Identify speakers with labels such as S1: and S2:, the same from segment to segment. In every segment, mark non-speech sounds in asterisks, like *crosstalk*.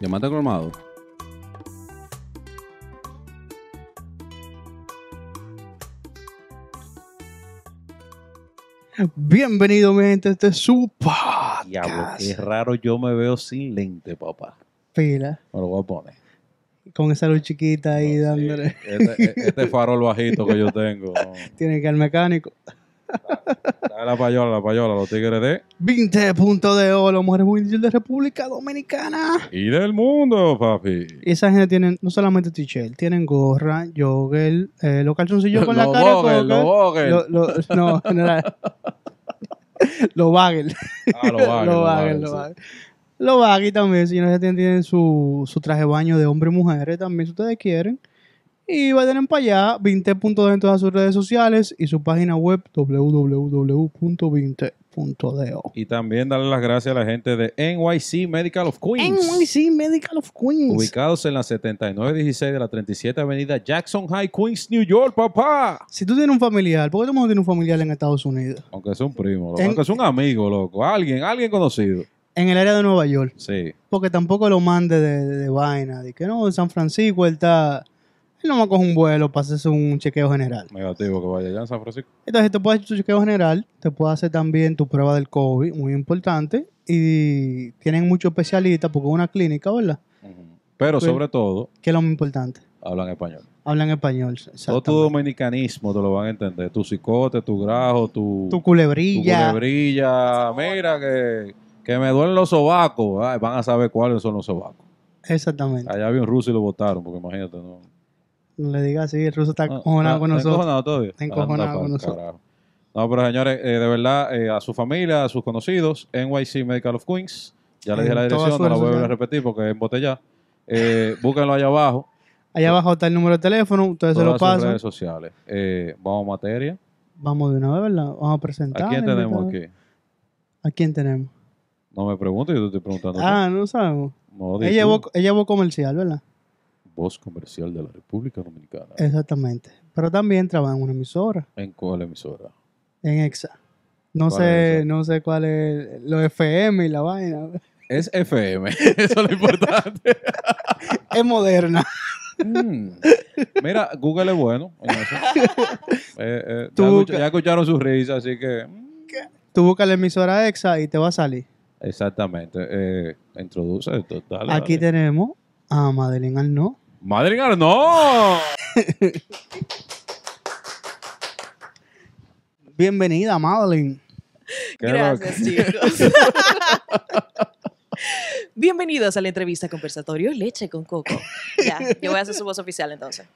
S1: Llamate cromado.
S2: Bienvenido, mi gente, este es su podcast.
S3: Diablo, qué raro yo me veo sin lente, papá.
S2: Pila,
S3: Me lo voy a poner.
S2: con esa luz chiquita ahí
S1: No, sí.
S2: dándole.
S1: Este, e- este farol bajito que yo tengo. no.
S2: Tiene que ir al mecánico.
S1: Dale la payola, la payola, los tigres de...
S2: 20 puntos de oro, mujeres Windsor de República Dominicana.
S1: Y del mundo, papi.
S2: Y esa gente tienen no solamente t-shirt, tienen gorra, jogger, eh,
S1: *laughs*
S2: los calzoncillos con la
S1: Los
S2: cara. de
S1: boggles,
S2: coca.
S1: los boggles.
S2: Lo- lo- no,
S1: *laughs*
S2: no era- Los bagel.
S1: Ah,
S2: *laughs*
S1: los bagels,
S2: Los
S1: los
S2: bagel,
S1: bagels,
S2: los
S1: sí.
S2: bagel. Los bagel también, señores, tienen, tienen su, su traje de baño de hombres y mujeres también, si ustedes quieren. Y vayan para allá, 20 puntos en todas sus redes sociales y su página web www.20.do.
S1: Y también darle las gracias a la gente de NYC Medical of Queens.
S2: NYC Medical of Queens.
S1: Ubicados en la 7916 de la 37 Avenida Jackson High, Queens, New York, papá.
S2: Si tú tienes un familiar, ¿por qué tú no tienes un familiar en Estados Unidos?
S1: Aunque es un primo, loco.
S2: En-
S1: aunque es un amigo, loco. Alguien, alguien conocido.
S2: En el área de Nueva York.
S1: Sí.
S2: Porque tampoco lo mande de, de- de vaina. De que no, en San Francisco él está... Él no me coge un vuelo para hacerse un chequeo general.
S1: Negativo que vaya allá en San Francisco.
S2: Entonces, te puedes hacer tu chequeo general, te puedes hacer también tu prueba del COVID, muy importante. Y tienen muchos especialistas porque es una clínica, ¿verdad?
S1: Pero
S2: Sí.
S1: sobre todo,
S2: Que es lo más importante.
S1: hablan español.
S2: Hablan español.
S1: Todo
S2: exactamente.
S1: tu dominicanismo te lo van a entender. Tu cicote, tu grajo, tu,
S2: tu
S1: tu
S2: culebrilla.
S1: culebrilla. Mira que, que me duelen los sobacos. Ay, van a saber cuáles son los sobacos.
S2: Exactamente.
S1: Allá había un ruso y lo votaron, porque imagínate, ¿no?
S2: No le digas así, el ruso está
S1: Ah,
S2: cojonado
S1: ah,
S2: con
S1: está
S2: nosotros.
S1: encojonado todavía.
S2: Está encojonado
S1: Anda pa'l
S2: con nosotros.
S1: carajo. No, pero señores, eh, de verdad, eh, a su familia, a sus conocidos, NYC Medical of Queens, ya les dije
S2: En
S1: la
S2: todas
S1: dirección,
S2: sus
S1: no la
S2: redes
S1: voy a volver a
S2: sociales.
S1: repetir porque es embotellada. Eh, búsquenlo allá abajo,
S2: Allá abajo está el número de teléfono, ustedes se
S1: todas
S2: lo
S1: sus
S2: pasan.
S1: redes sociales. Eh, vamos a materia.
S2: Vamos de una vez, ¿verdad? Vamos a presentar.
S1: ¿A quién tenemos
S2: invitar.
S1: aquí?
S2: ¿A quién tenemos?
S1: No me preguntes, yo te estoy preguntando. a ti.
S2: Ah, no sabemos.
S1: No, di
S2: Ella
S1: tú.
S2: llevó, ella llevó comercial, ¿verdad?
S1: Voz comercial de la República Dominicana.
S2: Eh. Exactamente. Pero también trabaja en una emisora.
S1: ¿En cuál emisora?
S2: En Exa. No
S1: ¿Cuál
S2: sé,
S1: es Exa?
S2: no sé cuál es los FM y la vaina. *laughs*
S1: Es FM, *laughs* eso es lo importante.
S2: Es moderna. *laughs*
S1: Mm. Mira, Google es bueno. en
S2: *laughs*
S1: eso. Eh, eh, ya,
S2: Tú
S1: escucha-
S2: busca-
S1: ya escucharon sus risas, así que. mm,
S2: Tú buscas la emisora Exa y te va a salir.
S1: Exactamente. Eh, introduce esto. Dale,
S2: Aquí
S1: dale.
S2: tenemos a Madeline Arnaud.
S1: ¡Madre mía, no!
S2: Bienvenida, Madeline.
S1: Qué
S4: Gracias, chicos. Bienvenidos a la entrevista conversatorio Leche con Coco. Ya, yo voy a hacer su voz oficial entonces.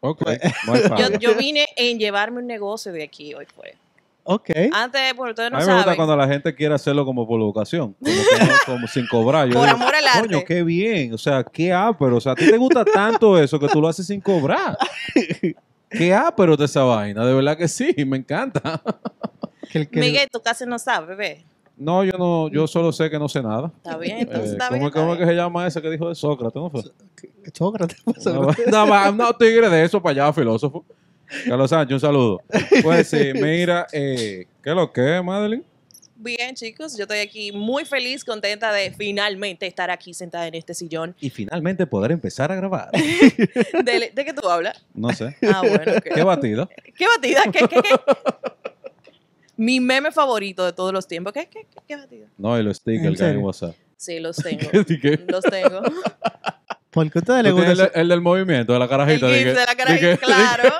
S1: Ok, no hay
S4: Yo,
S1: falla.
S4: yo vine en llevarme un negocio de aquí hoy fue.
S2: Ok.
S4: Antes, porque ustedes
S1: a
S4: no
S1: mí me gusta
S4: saben.
S1: cuando la gente quiere hacerlo como por vocación, como, que no-
S4: *laughs*
S1: como sin cobrar. Yo
S4: Por
S1: digo,
S4: amor al
S1: Coño,
S4: arte".
S1: qué bien. O sea, qué ah, pero, o sea, a ti te gusta tanto eso que tú lo haces sin
S4: *laughs*
S1: cobrar. Qué ah, pero de esa vaina. De verdad que sí, me encanta.
S2: Que el- que el-
S4: Miguel, tú casi no sabes, bebé.
S1: No, yo no, yo solo sé que no sé nada.
S4: Está bien, entonces
S1: Eh,
S4: está
S1: ¿cómo,
S4: bien.
S1: es- cómo es
S4: está
S1: que se llama ese que dijo de Sócrates? ¿No fue?
S2: Sócrates. *laughs* pues, Sócrates.
S1: No, no, no, tigre de eso para allá, filósofo. Carlos Sánchez, un saludo. Pues
S4: *laughs*
S1: sí, mira, eh, ¿qué es lo que es, Madeline?
S4: bien. Bien, chicos, yo estoy aquí muy feliz, contenta de finalmente estar aquí sentada en este sillón.
S1: Y finalmente poder empezar a grabar.
S4: ¿De, de qué tú hablas?
S1: No sé.
S4: Ah, bueno. ok.
S1: ¿Qué batida?
S4: ¿Qué batida? ¿Qué, qué, qué? Mi meme favorito de todos los tiempos. ¿Qué, qué, qué, qué batida?
S1: No, y los stickers que hay en
S2: serio?
S4: *laughs*
S1: *laughs* WhatsApp.
S4: Sí, los tengo.
S1: ¿Qué? ¿Qué? ¿Tú
S4: Los tengo.
S2: Porque a ustedes les gusta,
S1: tienes
S2: ese,
S1: El, el del movimiento, de la
S4: El
S1: carajita.
S4: gif
S1: dije,
S4: de la cara,
S1: dije,
S4: claro.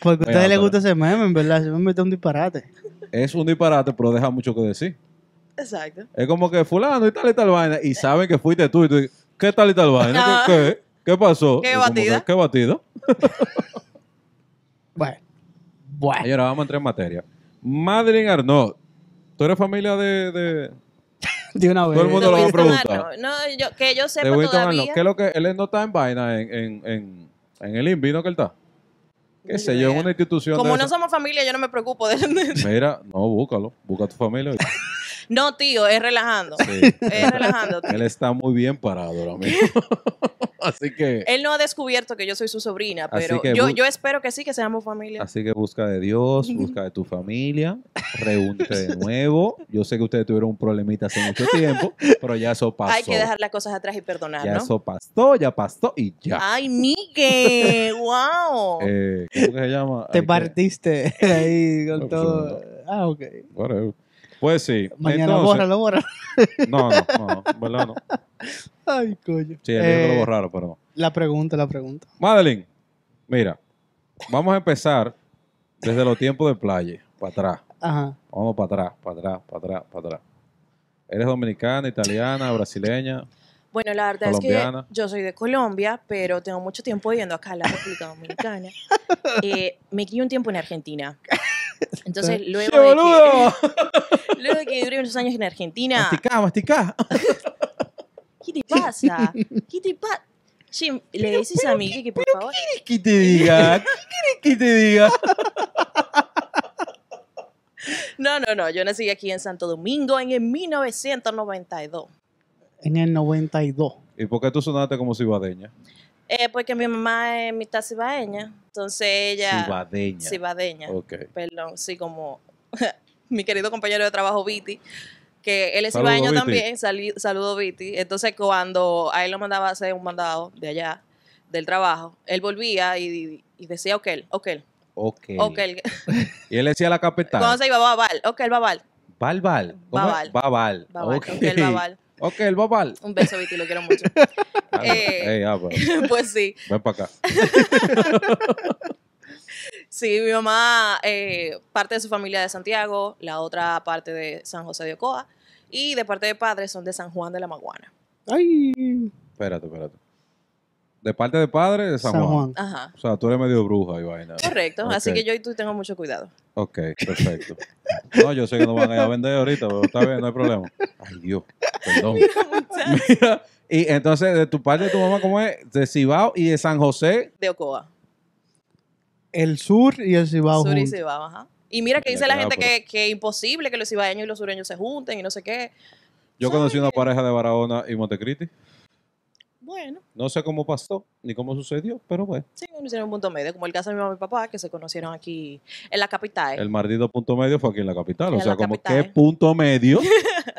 S2: porque a ustedes
S1: Mira,
S2: les gusta ese meme, en verdad. Ese meme está un disparate.
S1: dije, *laughs* Es un disparate, pero deja mucho que decir.
S4: Exacto.
S1: Es como que fulano y tal y tal vaina, y saben que fuiste tú y tú dices, ¿qué tal y tal vaina? ¿Qué, qué, qué pasó?
S4: ¿Qué
S1: Y como que,
S4: batida?
S1: ¿Qué batida?
S2: Bueno. Bueno.
S1: Y ahora vamos a entrar en materia. Madeline Arnaud, ¿tú eres familia de, de,
S2: De una vez.
S1: Todo el mundo- lo va a
S4: Winston
S1: preguntar.
S4: Arnold. No, yo, que yo sepa
S1: de Winston
S4: todavía.
S1: Arnaud? ¿Qué es lo que él no está en vaina en, en, en, en el INVI, ¿no? Que él está. Qué
S4: Ni
S1: sé yo, en
S4: idea.
S1: una institución.
S4: Como
S1: de
S4: no
S1: esas.
S4: somos familia, yo no me preocupo de
S1: Mira, no, búscalo. Busca a tu familia.
S4: *laughs* No, tío, es relajando.
S1: Sí.
S4: Es relajando. tío.
S1: Él está muy bien parado ahora mismo. *laughs* Así que,
S4: Él no ha descubierto que yo soy su sobrina,
S1: Así
S4: pero
S1: que
S4: yo,
S1: bu-
S4: yo espero que sí, que seamos familia.
S1: así que busca de Dios, busca de tu familia, reúnete de nuevo. Yo sé que ustedes tuvieron un problemita hace mucho tiempo, pero ya eso pasó.
S4: Hay que dejar las cosas atrás y perdonar,
S1: ya
S4: ¿no? Ah,
S1: eso pasó, ya pasó y ya. *laughs*
S4: ¡Ay, Miguel! ¡Wow!
S1: Eh, ¿Cómo que se llama? Hay
S2: Te
S1: que-
S2: partiste *laughs* ahí
S1: No,
S2: con
S1: pues,
S2: todo. Ah, ok.
S1: Whatever. Pues sí.
S2: Mañana
S1: entonces-
S2: bórralo, bórralo. *laughs*
S1: No, no, no, en ¿verdad? No.
S2: Ay, coño.
S1: Sí, el libro
S2: Eh,
S1: lo borraron, pero no.
S2: La pregunta, la pregunta.
S1: Madeline, mira, vamos a empezar desde los tiempos de playa, para atrás.
S2: Ajá.
S1: Vamos para atrás, para atrás, para atrás, para atrás. Eres dominicana, italiana, brasileña.
S4: Bueno, la verdad
S1: Colombiana.
S4: es que yo soy de Colombia, pero tengo mucho tiempo viviendo acá en la
S1: *laughs*
S4: República Dominicana. Eh, me crié un tiempo en Argentina. Entonces, luego
S1: ¡Qué
S4: de,
S1: boludo!
S4: que, luego de que duré unos años en Argentina,
S1: Masticá, masticá.
S4: ¿qué te pasa? ¿Qué te pasa? Jim, le dices a Miguel que por favor...
S1: ¿Qué te diga? ¿Qué te diga?
S4: No, no, no, yo nací aquí en Santo Domingo en el 1992.
S2: En el 92.
S1: ¿Y por qué tú sonaste como cibadeña?
S4: Eh, porque mi mamá es mitad cibaeña, entonces ella...
S1: Cibadeña.
S4: Cibadeña.
S1: Ok.
S4: perdón, sí, como *laughs* mi querido compañero de trabajo Viti, que él es
S1: Saludo,
S4: ibaño
S1: Viti.
S4: también, sali- saludo Viti. Entonces cuando a él lo mandaba a hacer un mandado de allá, del trabajo, él volvía y, y decía, ok, ok,
S1: Ok.
S4: ok. *laughs*
S1: Y él decía la
S4: Cuando
S1: capital.
S4: se iba, babal, ok, babal,
S1: Balbal. ¿Cómo es?
S4: Babal.
S1: Babal.
S4: babal,
S1: Ok.
S4: ok, babal.
S1: Ok, el babal.
S4: Un beso, Viti, lo
S1: *laughs*
S4: quiero mucho. *laughs*
S1: Ah, no.
S4: Eh.
S1: Ey, ah, pero
S4: pues sí,
S1: ven para acá.
S4: sí, mi mamá, eh, parte de su familia de Santiago, la otra parte de San José de Ocoa, y de parte de padres son de San Juan de la Maguana.
S2: Ay,
S1: Espérate, espérate. De parte de padre de San, Juan.
S4: Ajá,
S1: O sea, tú eres medio bruja y vaina.
S4: correcto. Así
S1: Ok.
S4: que yo y tú tengo mucho cuidado. *laughs*
S1: Ok, perfecto. No, yo sé que no van a ir a vender ahorita, pero está bien, no hay problema. Ay, Dios, perdón. Mira, y entonces, de tu parte de tu mamá, ¿cómo es? De Cibao y de San José.
S4: de Ocoa.
S2: El sur y el Cibao.
S4: Sur y
S2: juntos.
S4: Cibao, ajá. Y mira que
S1: Mira,
S4: dice la
S1: claro,
S4: gente que, que es imposible que los cibaeños y los sureños se junten y no sé qué.
S1: Yo conocí una pareja de Barahona y Montecristi.
S4: Bueno,
S1: No sé cómo pasó ni cómo sucedió, pero bueno.
S4: sí, uno hicieron un punto medio, como el caso de mi mamá y papá, que se conocieron aquí en la capital.
S1: El maldito punto medio fue aquí en la capital. O
S4: En
S1: sea,
S4: la
S1: como
S4: capital.
S1: qué punto
S4: *laughs*
S1: medio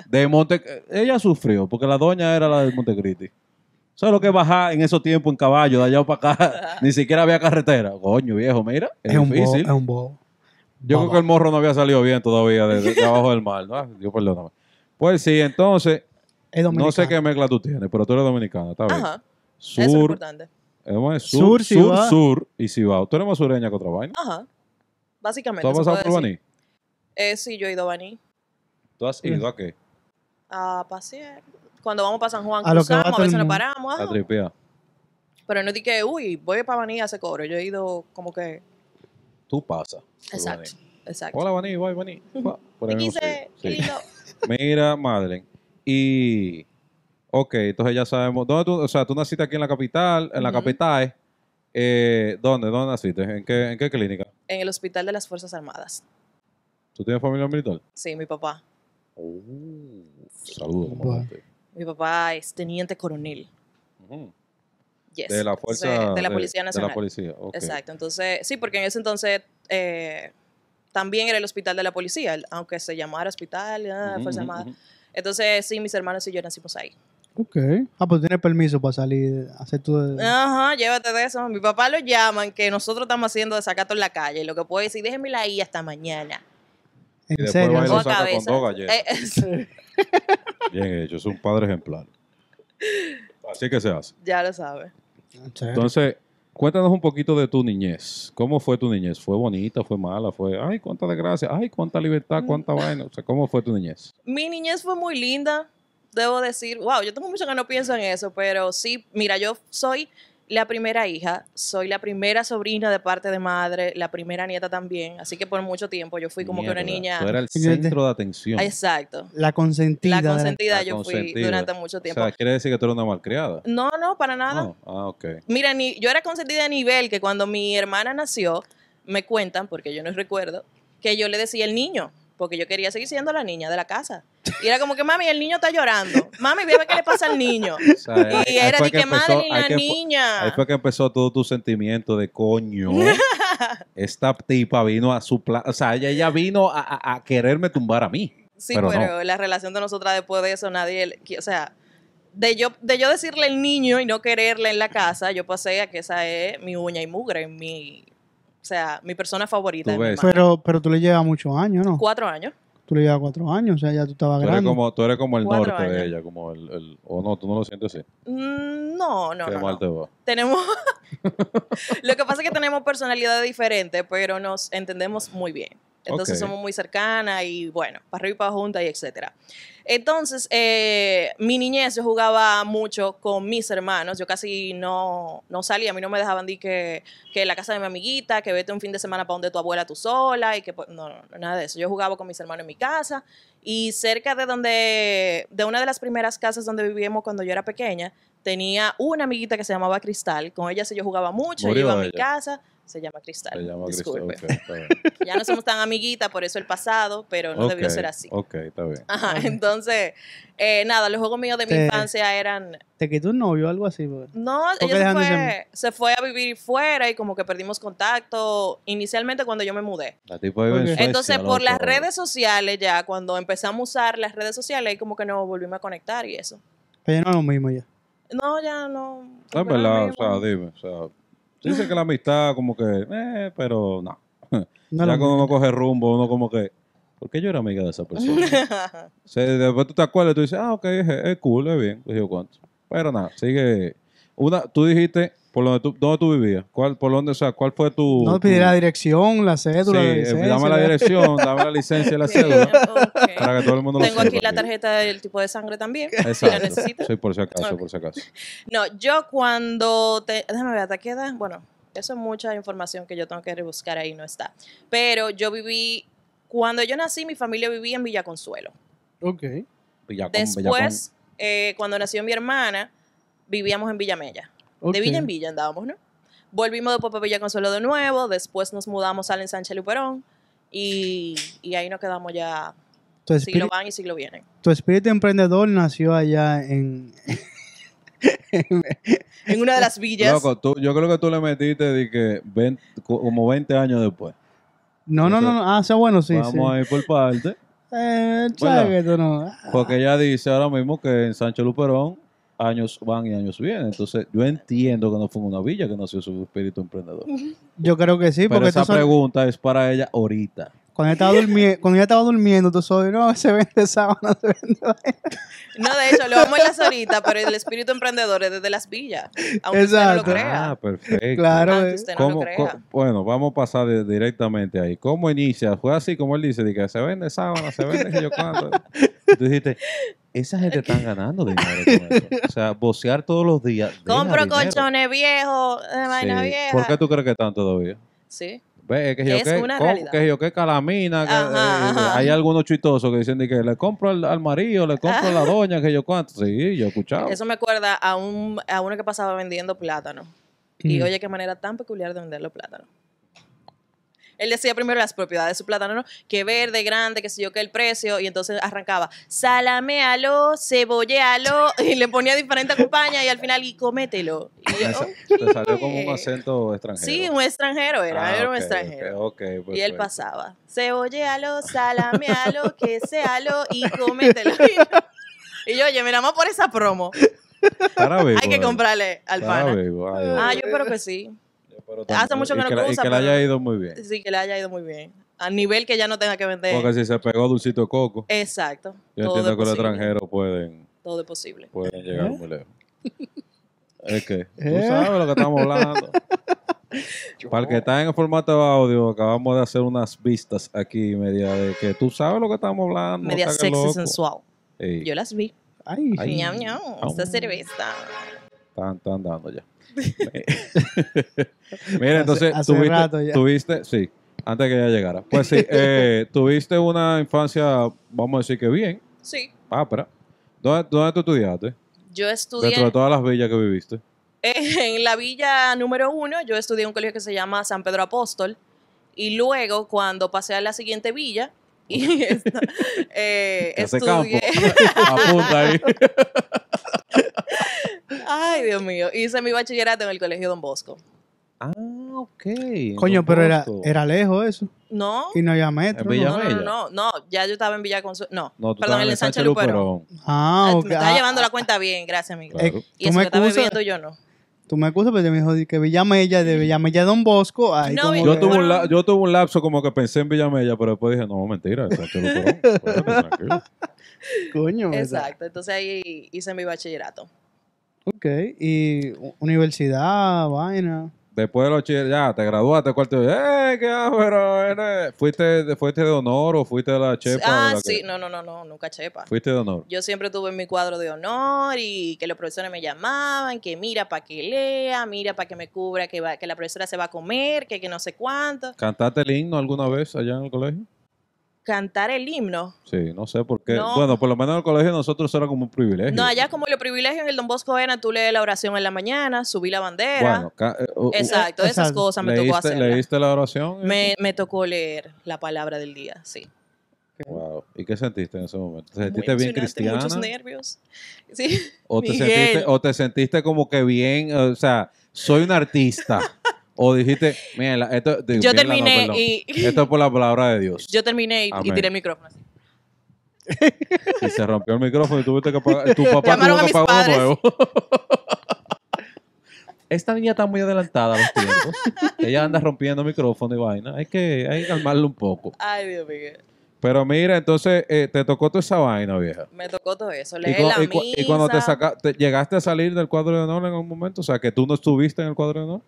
S1: de Monte. Ella sufrió, porque la doña era la de Montecristi. ¿Sabes lo que bajar en esos tiempos en caballo de allá para
S4: *laughs*
S1: acá? Ni siquiera había carretera. Coño, viejo, mira. Es,
S2: Es un bobo.
S1: difícil.
S2: Es un bobo.
S1: Yo creo que el morro no había salido bien todavía de, de abajo del mar, ¿no? Dios perdóname. Pues sí, entonces,
S2: Es
S1: no sé
S2: dominicano.
S1: qué mezcla tú tienes, pero tú eres dominicana, está bien.
S4: Ajá, eso es
S1: Sur,
S4: importante.
S1: ¿cómo es? sur,
S2: Sur,
S1: sur, sur,
S2: Cibao.
S1: y Cibao. Tú eres más sureña que otra vaina.
S4: Ajá, básicamente.
S1: ¿Tú has
S4: se
S1: pasado
S4: puede
S1: por
S4: decir.
S1: Baní?
S4: Eh, sí, yo he ido a Baní
S1: ¿Tú has ido a qué?
S4: a pasear. Cuando vamos para San Juan,
S2: A lo que va
S4: cruzamos, a
S2: todo el
S4: veces nos
S2: mundo.
S4: paramos. ajá.
S1: A tripear.
S4: Pero no dije, uy, voy para Baní a hacer cobro. Yo he ido como que...
S1: Tú pasas. por
S4: Exacto,
S1: Baní.
S4: exacto.
S1: Hola, Baní, voy, Baní. Va, por ahí
S4: Te
S1: mismo
S4: quise,
S1: sí,
S4: qué
S1: sí.
S4: lindo.
S1: Mira, Madeleine. Y. Ok, entonces ya sabemos. ¿Dónde tú, o sea, tú naciste aquí en la capital, en la
S4: Ujú.
S1: capital. Eh, ¿Dónde? ¿Dónde naciste? ¿En qué, ¿En qué clínica?
S4: En el Hospital de las Fuerzas Armadas.
S1: ¿Tú tienes familia militar?
S4: Sí, mi papá.
S1: Oh, Saludos,
S2: Bueno.
S1: comandante.
S4: Mi papá es teniente coronel.
S1: Ujú.
S4: Yes.
S1: De la
S4: Entonces,
S1: fuerza.
S4: de la Policía
S1: De
S4: Nacional.
S1: la policía, ok.
S4: Exacto. Entonces, sí, porque en ese entonces eh, también era el hospital de la policía, el- aunque se llamara hospital, ah,
S1: Ujú,
S4: Fuerza
S1: ujú,
S4: Armada.
S1: ujú.
S4: Entonces, sí, mis hermanos y yo nacimos ahí.
S2: Ok. Ah, pues tienes permiso para salir, hacer tu...
S4: Ajá, llévate de eso. Mi papá lo llaman que nosotros estamos haendo desacato en la calle. Lo que puede decir, déjenme la ahí hasta mañana.
S1: Y
S2: en
S1: después
S2: serio.
S1: va y
S4: O
S1: lo
S4: a
S1: saca con
S4: cabeza.
S1: dos galletas.
S4: Eh, eh, *laughs*
S1: Bien hecho, es un padre ejemplar. Así que se hace.
S4: ya lo sabes.
S2: En serio.
S1: Entonces, cuéntanos un poquito de tu niñez. ¿Cómo fue tu niñez? ¿Fue bonita? ¿Fue mala? ¿Fue, ay, cuánta desgracia? ¿Ay, cuánta
S4: Mm.
S1: libertad? ¿Cuánta vaina? O sea, ¿cómo fue tu niñez?
S4: Mi niñez fue muy linda, debo decir. Wow, yo tengo mucho que no pienso en eso, pero sí, mira, yo soy la primera hija, soy la primera sobrina de parte de madre, la primera nieta también, así que por mucho tiempo yo fui como que una
S1: Mierda,
S4: niña...
S1: Tú eras el
S2: Señor, te-
S1: centro de atención.
S4: Ah, Exacto.
S2: La consentida.
S4: La
S2: de la-
S4: consentida
S1: La
S4: yo fui
S1: consentida.
S4: durante mucho
S1: o
S4: tiempo.
S1: sea, quiere decir que tú eres una malcriada.
S4: no, no, para nada.
S1: No. Ah, ok.
S4: Mira, ni, yo era consentida a nivel que cuando mi hermana nació, me cuentan, porque yo no recuerdo, que yo le decía el niño. porque yo quería seguir siendo la niña de la casa. Y era como que, mami, el niño está llorando. Mami, ve a ver qué le pasa al niño.
S1: O sea, *laughs* ahí-
S4: *laughs*
S1: ahí
S4: Y era
S1: fue
S4: de que
S1: empezó-
S4: madre ni
S1: ahí
S4: la
S1: que fue- Ahí
S4: niña.
S1: fue que empezó todo tu sentimiento de coño. eh".
S4: *laughs*
S1: Esta tipa vino a su pla- O sea, ella, ella vino a, a- a quererme tumbar a mí.
S4: Sí,
S1: pero
S4: pero,
S1: no.
S4: la relación de nosotras después de eso, nadie, le- qui- o sea, de yo, de yo decirle el niño y no quererle en la casa, yo pasé a que esa es mi uña y mugre, mi, o sea, mi persona favorita.
S1: Tú
S4: de mi
S1: ves.
S4: madre.
S2: Pero, pero tú le llevas muchos años, ¿no?
S4: Cuatro años.
S2: Tú le llevas cuatro años, o sea, ya tú estabas
S1: Tú eres,
S2: grande.
S1: como, tú eres como el
S4: Cuatro
S1: norte de
S4: años.
S1: ella, como el, el- O no, tú no lo sientes así.
S4: Mm, No, no,
S1: Qué
S4: no,
S1: mal
S4: no.
S1: te va.
S4: Tenemos, *laughs* lo que pasa es que tenemos personalidades diferentes, pero nos entendemos muy bien. Entonces
S1: Ok.
S4: somos muy cercanas y bueno, para arriba y para juntas y etcétera. Entonces, eh, mi niñez yo jugaba mucho con mis hermanos. Yo casi no, no salía. A mí no me dejaban decir que, que la casa de mi amiguita, que vete un fin de semana para donde tu abuela tú sola y que pues, no, no, no, nada de eso. Yo jugaba con mis hermanos en mi casa y cerca de donde, de una de las primeras casas donde vivíamos cuando yo era pequeña, tenía una amiguita que se llamaba Cristal. Con ella sí yo jugaba mucho.
S1: Murió
S4: yo iba a mi
S1: ella.
S4: casa. Se llama Cristal.
S1: Se llama
S4: disculpe.
S1: Cristóbal. ok, está bien.
S4: Ya no somos tan amiguitas, por eso el pasado, pero *laughs* no debió
S1: Ok,
S4: ser así.
S1: Ok, está bien.
S4: Ajá, entonces, eh, nada, los juegos míos de mi
S2: Te-
S4: infancia eran.
S2: Te quitó un novio o algo así, pues. bro.
S4: No,
S2: qué
S4: ella se
S2: dejaron de
S4: fue, se fue a vivir fuera y como que perdimos contacto inicialmente cuando yo me mudé.
S1: La tipa vive
S2: Ok.
S1: en Suecia,
S4: Entonces, por
S1: loco.
S4: las redes sociales, ya cuando empezamos a usar las redes sociales, ahí como que nos volvimos a conectar y eso.
S2: Pero ya no es lo mismo ya.
S4: No, ya
S1: No,
S4: no.
S1: en
S4: como que no
S1: verdad,
S4: es
S1: Ah, pues o sea,
S4: *laughs* lo mismo.
S1: dime. O sea, dice que la amistad, como que. Eh, pero no.
S2: No es
S1: ya
S2: lo
S1: cuando
S2: mismo.
S1: uno coge rumbo, uno como que, ¿por qué yo era amiga de esa
S4: *laughs*
S1: persona? O sea, después tú te acuerdas y tú dices, ah, ok, es, es cool, es bien, qué sé yo cuánto. Pero nada, sigue. Una, tú dijiste, ¿por donde tú, dónde tú vivías? ¿Cuál, por dónde, o sea, cuál fue tu...
S2: No
S1: tu-
S2: pide la dirección, la cédula,
S1: Sí,
S2: la
S1: eh,
S2: licencia,
S1: dame la
S2: la-
S1: dirección, dame la licencia y la
S4: Ok, *laughs*
S1: cédula
S4: ok.
S1: para que todo el mundo lo
S4: Tengo
S1: sepa.
S4: aquí la tarjeta del tipo de sangre también.
S1: Exacto.
S4: necesita.
S1: Sí, por si acaso,
S4: Ok.
S1: por si acaso.
S4: No, yo cuando te, déjame ver, ¿hasta qué edad? Bueno, eso es mucha información que yo tengo que rebuscar ahí, no está. Pero yo viví, cuando yo nací, mi familia vivía en Villa Consuelo.
S2: Ok.
S1: Villacón, Villacón.
S4: Después, eh, cuando nació mi hermana, vivíamos en Villamella.
S2: ok.
S4: De Villa en Villa andábamos, ¿no? Volvimos después para Villa Consuelo de nuevo, después nos mudamos al ensanche Luperón y, y ahí nos quedamos ya
S2: Tu, espíritu-
S4: siglo van y siglo vienen.
S2: tu espíritu emprendedor nació allá en...
S4: En una de las villas.
S1: Loco, tú- yo creo que tú le metiste de que 20 co- como 20 años después.
S2: No, no, no, no. Ah, sea bueno, sí,
S1: Vamos
S2: sí.
S1: a ir por parte.
S2: Eh, sabes
S1: Bueno.
S2: que tú no... ah,
S1: Porque ella dice ahora mismo que en Sancho Luperón años van y años vienen. Entonces, yo entiendo que no fue en una villa que nació su espíritu emprendedor.
S2: Yo creo que sí,
S1: Pero
S2: porque
S1: esa
S2: tú solo-
S1: pregunta es para ella ahorita.
S2: cuando, ella estaba
S1: *laughs*
S2: durmi- cuando ella estaba durmiendo, tú sabes, no, se vende sábana, se vende...
S4: No, de hecho, lo vamos en las horitas, pero el espíritu emprendedor es desde las villas. Aunque usted no lo
S2: Exacto.
S4: crea.
S1: Ah, perfecto.
S2: Claro,
S4: aunque
S2: eh.
S4: usted no
S1: ¿Cómo-
S4: lo
S1: co-
S4: crea.
S1: bueno, vamos a pasar de- directamente ahí. ¿Cómo inicia? Fue así como él dice, de que se vende sábana, se vende que yo
S2: *laughs*
S1: cuánto. Y Tú dijiste, esa gente está ganando dinero con eso. O sea, vocear todos los días. deja
S4: Compro
S1: dinero.
S4: colchones viejos, de vaina
S1: Sí.
S4: vieja.
S1: ¿Por qué tú crees que están todavía?
S4: Sí.
S1: Ve, Pues, eh, que yo
S4: Es
S1: qué,
S4: una
S1: co-
S4: realidad.
S1: que yo qué calamina, que,
S4: Ajá,
S1: eh,
S4: ajá.
S1: hay algunos chistosos que dicen de que le compro al, al marido, le compro a
S4: *laughs*
S1: la doña, que yo cuánto. Sí, yo he escuchado.
S4: Eso me acuerda a, un, a uno que pasaba vendiendo plátano.
S1: Mm.
S4: Y oye, qué manera tan peculiar de vender los plátanos. Él decía primero las propiedades de su plátano, ¿no? que verde, grande, que sé yo, que el precio, y entonces arrancaba, salamealo, cebolléalo, *laughs* y le ponía diferentes compañías y al final, y comételo. Y yo,
S1: Me
S4: *laughs*
S1: sa-
S4: "Ok".
S1: Te salió como un acento extranjero.
S4: Sí, un extranjero era,
S1: Ah,
S4: era un
S1: ok,
S4: extranjero.
S1: ok, pues, ok,
S4: Y él
S1: perfecto.
S4: pasaba, cebolléalo, salamealo, *laughs* que sealo *laughs* y comételo. Y yo, oye, mira, más por esa promo,
S1: Estará vivo,
S4: *laughs* hay que
S1: él.
S4: comprarle al
S1: Estará
S4: pana.
S1: vivo, ay, Dios.
S4: Ah, yo espero que sí.
S1: Pero
S4: hace
S1: también-
S4: mucho que
S1: y
S4: no
S1: la-
S4: cruza,
S1: Y que le
S4: pero-
S1: haya ido muy bien.
S4: *laughs* Sí, que le haya ido muy bien. A nivel que ya no tenga que vender.
S1: Porque si se pegó dulcito de coco,
S4: Exacto.
S1: yo entiendo
S4: todo
S1: que
S4: es
S1: los
S4: posible.
S1: extranjeros pueden,
S4: Todo es posible.
S1: pueden llegar muy *laughs* lejos. Es que ¿Eh? tú
S2: ¿Eh?
S1: sabes lo que estamos *laughs* hablando. Para el que está en el formato de audio, acabamos de hacer unas vistas aquí, media de que tú sabes lo que estamos hablando.
S4: Media
S1: no te hagas
S4: sexy
S1: loco.
S4: sensual.
S1: Ey,
S4: Yo las vi.
S2: Ay,
S1: Ay.
S4: Ñam, ñam.
S1: Au.
S4: Esta cerveza.
S1: están, están dando *laughs* ya. Mira, entonces,
S2: hace
S1: tuviste,
S2: rato ya.
S1: tuviste- sí, antes que ella llegara. Pues sí, eh, tuviste una infancia, vamos a decir que bien,
S4: Sí.
S1: pápera. ¿Dónde, dónde tú estudiaste? Dentro
S4: Yo
S1: de
S4: estudié
S1: todas las villas que viviste.
S4: en *laughs* la villa número uno. Yo estudié en un colegio que se llama San Pedro Apóstol. Y luego, cuando pasé a la siguiente villa,
S1: *laughs*
S4: y *laughs* esta- eh,
S1: Que hace
S4: estudié.
S1: Apunta ahí.
S4: *laughs* Ay, Dios mío. Hice mi bachillerato en el Colegio Don Bosco.
S1: Ah, ok. en
S2: Coño,
S1: Don
S2: pero era,
S1: Bosco.
S2: era lejos eso.
S4: No,
S2: Y no había metro.
S1: En
S2: ¿no?
S1: Bella-
S4: no, no, no, no, no. Ya yo estaba en Villa Consuelo. No,
S1: No, tú
S4: perdón,
S1: estabas
S4: en el Sánchez Luperón.
S2: Ah,
S4: Ah,
S2: ok.
S4: Me estaba
S2: Ah, eh,
S4: llevando la cuenta bien, gracias, amigo.
S1: Claro.
S4: Y
S2: ¿Tú
S4: eso
S2: me
S4: que estaba
S2: excusas?
S4: bebiendo yo no.
S2: Tú me acusas, pero te me dijo di que Villamella, de Villamella a Don Bosco. Ay,
S4: No,
S2: como
S4: y-
S1: Yo
S2: que-
S1: tuve, un la-
S4: Bueno.
S1: yo tuve un lapso como que pensé en Villamella, pero después dije, no, mentira, es Sánchez *laughs* Luperón. Espérate, tranquilo.
S2: Coño, ¿verdad?
S4: Exacto. Entonces ahí hice mi bachillerato.
S2: Ok, y u- universidad, vaina.
S1: Después de los chicos, ya, te graduaste, cuarto, eh, qué áspero, eres. ¿Fuiste, ¿Fuiste de honor o fuiste de la chepa? de
S4: ah,
S1: la que-
S4: sí, no, no, no, no, nunca chepa.
S1: Fuiste de honor.
S4: Yo siempre tuve mi cuadro de honor y que los profesores me llamaban, que mira para que lea, mira para que me cubra, que, va- que la profesora se va a comer, que, que no sé cuánto.
S1: ¿Cantaste el himno alguna vez allá en el colegio?
S4: Cantar el himno.
S1: Sí, no sé por qué.
S4: No.
S1: Bueno, por lo menos en el colegio nosotros era como un privilegio.
S4: No, allá como los privilegios en el Don Bosco era, tú lees la oración en la mañana, subí la bandera.
S1: Bueno, ca- eh, u- u-
S4: Exacto, esas
S2: Exacto.
S4: cosas me tocó
S1: leíste,
S4: hacer.
S1: leíste la oración. y-
S4: Me, me tocó leer la palabra del día, sí.
S1: Wow. ¿Y qué sentiste en ese momento? ¿Te
S4: Muy
S1: sentiste bien
S4: emocionante,
S1: cristiana?
S4: Muchos nervios. *laughs* Sí.
S1: O te,
S4: Miguel.
S1: sentiste, ¿O te sentiste como que bien, o sea, soy un artista? o dijiste, mira, la- esto, digo, mira,
S4: Yo
S1: no,
S4: terminé
S1: perdón.
S4: y
S1: Esto es por la palabra de
S4: *laughs*
S1: Dios.
S4: yo terminé y, y
S1: Amén.
S4: tiré el micrófono. así.
S1: Y se rompió el micrófono y tuviste que pagar. Tu papá
S4: Llamaron a
S1: tuvo que pagar
S4: mis
S1: uno
S4: padres.
S1: nuevo. Esta niña está muy adelantada a los tiempos. Ella anda rompiendo micrófono y vaina. Hay que, hay que calmarlo un poco.
S4: Ay, Dios mío.
S1: Pero mira, entonces eh, te tocó toda esa vaina, vieja.
S4: Me tocó todo eso.
S1: Y,
S4: Leer
S1: cu-
S4: la
S1: y cu-
S4: misa.
S1: y cuando te, saca, te- llegaste a salir del cuadro de honor en algún momento, o sea, que tú no estuviste en el cuadro de honor,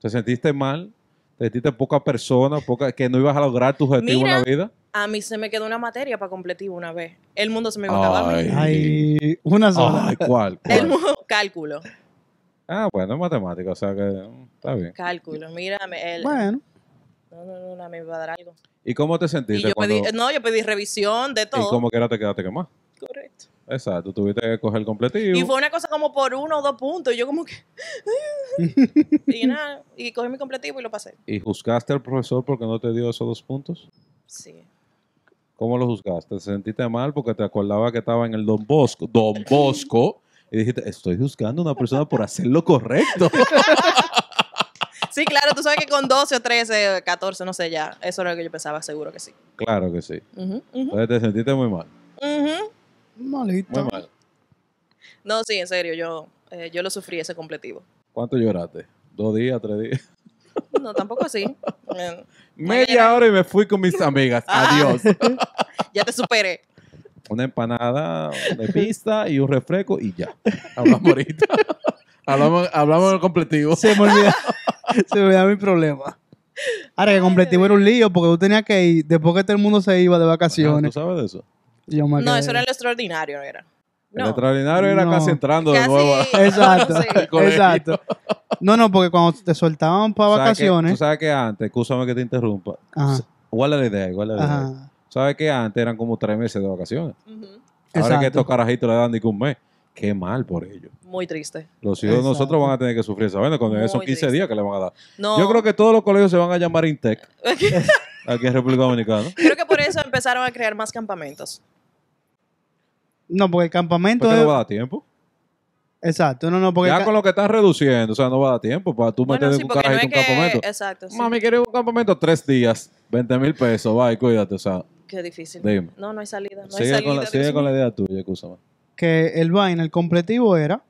S1: te sentiste mal, te sentiste poca persona, poca, que no ibas a lograr tu objetivo en la vida.
S4: A mí se me quedó una materia para completar una vez. El mundo se me iba a acabar.
S1: Ay.
S2: Ay, una sola.
S1: Ay, ¿cuál? cuál?
S4: El mundo, cálculo,
S1: Ah, bueno, es matemática, o sea que mm, está bien.
S4: cálculo. Mira, me- el,
S2: Bueno,
S4: no, no, no, a mí me va a dar algo.
S1: ¿Y cómo te
S4: Y
S1: sentiste
S4: yo
S1: cuando,
S4: pedí, no, yo pedí revisión de
S1: y
S4: todo.
S1: cómo que era te quedaste quemado?
S4: Correcto.
S1: Exacto, tuviste que coger el
S4: Y
S1: completivo.
S4: fue una cosa como por uno o dos puntos. Y yo como que... *laughs* y nada, y cogí mi completivo y lo pasé.
S1: Y, juzgaste al profesor porque no te dio esos dos puntos.
S4: Sí.
S1: ¿Cómo lo juzgaste? ¿Te sentiste mal porque te acordaba que estaba en el Don Bosco? Don Bosco. Y dijiste, estoy juzgando a una persona por hacer lo *laughs* correcto.
S4: Sí, claro, tú sabes que con 12 o 13, 14, no sé ya. Eso era lo que yo pensaba, seguro que sí.
S1: claro que sí.
S4: Ujú, ujú,
S1: Entonces te sentiste muy mal.
S4: ujú.
S1: Muy
S2: malito.
S1: mal.
S4: No, sí, en serio, yo, eh, yo lo sufrí ese completivo.
S1: ¿Cuánto lloraste? ¿Dos días, tres días?
S4: No, tampoco así. Eh,
S1: *laughs* Media hora y me fui con mis amigas. Adiós.
S4: Ya te superé.
S1: Ah. *laughs* una empanada de pista y un refresco y ya. Hablamos *laughs* ahorita. hablamos, hablamos del completivo.
S2: Se me
S4: *laughs*
S2: olvidaba, se me olvidaba mi problema. Ahora que completivo era un lío porque tú tenías que ir después que todo el mundo se iba de
S1: Ah, ¿Tú
S2: vacaciones.
S1: sabes de eso?
S2: Yo me
S4: No,
S2: quedé.
S4: eso era lo extraordinario, era.
S1: El
S4: No,
S1: extraordinario era
S2: No.
S1: casi entrando de
S4: casi.
S1: nuevo. *laughs* a-
S4: *laughs*
S2: Exacto,
S4: Sí.
S1: al colegio.
S2: exacto. No, no, porque cuando te soltaban para
S1: ¿Sabes que- tú
S2: vacaciones.
S1: sabes que antes, escúchame que te interrumpa.
S2: Ajá,
S1: Igual la idea, igual la idea.
S2: ajá.
S1: ¿Sabes que antes eran como tres meses de vacaciones?
S4: Ujú.
S1: Ahora que
S2: Exacto.
S1: estos carajitos le dan ni que un mes. Qué mal por ellos.
S4: Muy triste.
S1: Los hijos de nosotros
S2: Exacto.
S1: van a tener que sufrir esa vaina cuando
S4: Muy
S1: esos 15
S4: triste.
S1: días que le van a dar.
S4: No,
S1: Yo creo que todos los colegios se van a llamar
S4: *laughs*
S1: Intec. aquí en República Dominicana.
S4: creo que por eso empezaron a crear más campamentos.
S2: No, porque el campamento
S1: Porque no
S2: es-
S1: va a dar tiempo.
S2: Exacto, no, no, porque el
S1: ya
S2: ca-
S1: con lo que estás reduciendo, o sea, no va a dar tiempo para tú
S4: Bueno,
S1: meter
S4: sí,
S1: un
S4: porque no
S1: carajito en
S4: es
S1: un
S4: que...
S1: campamento.
S4: Exacto, sí.
S1: Mami, quiero ir a un campamento tres días, 20 mil pesos, va y cuídate, o sea,
S4: Qué difícil.
S1: dime.
S4: No, no hay salida. No hay
S1: sigue
S4: salida.
S1: con, la,
S4: Dios
S1: sigue
S4: mío.
S1: con la idea tuya, escúchame.
S2: que el vaina, el completivo era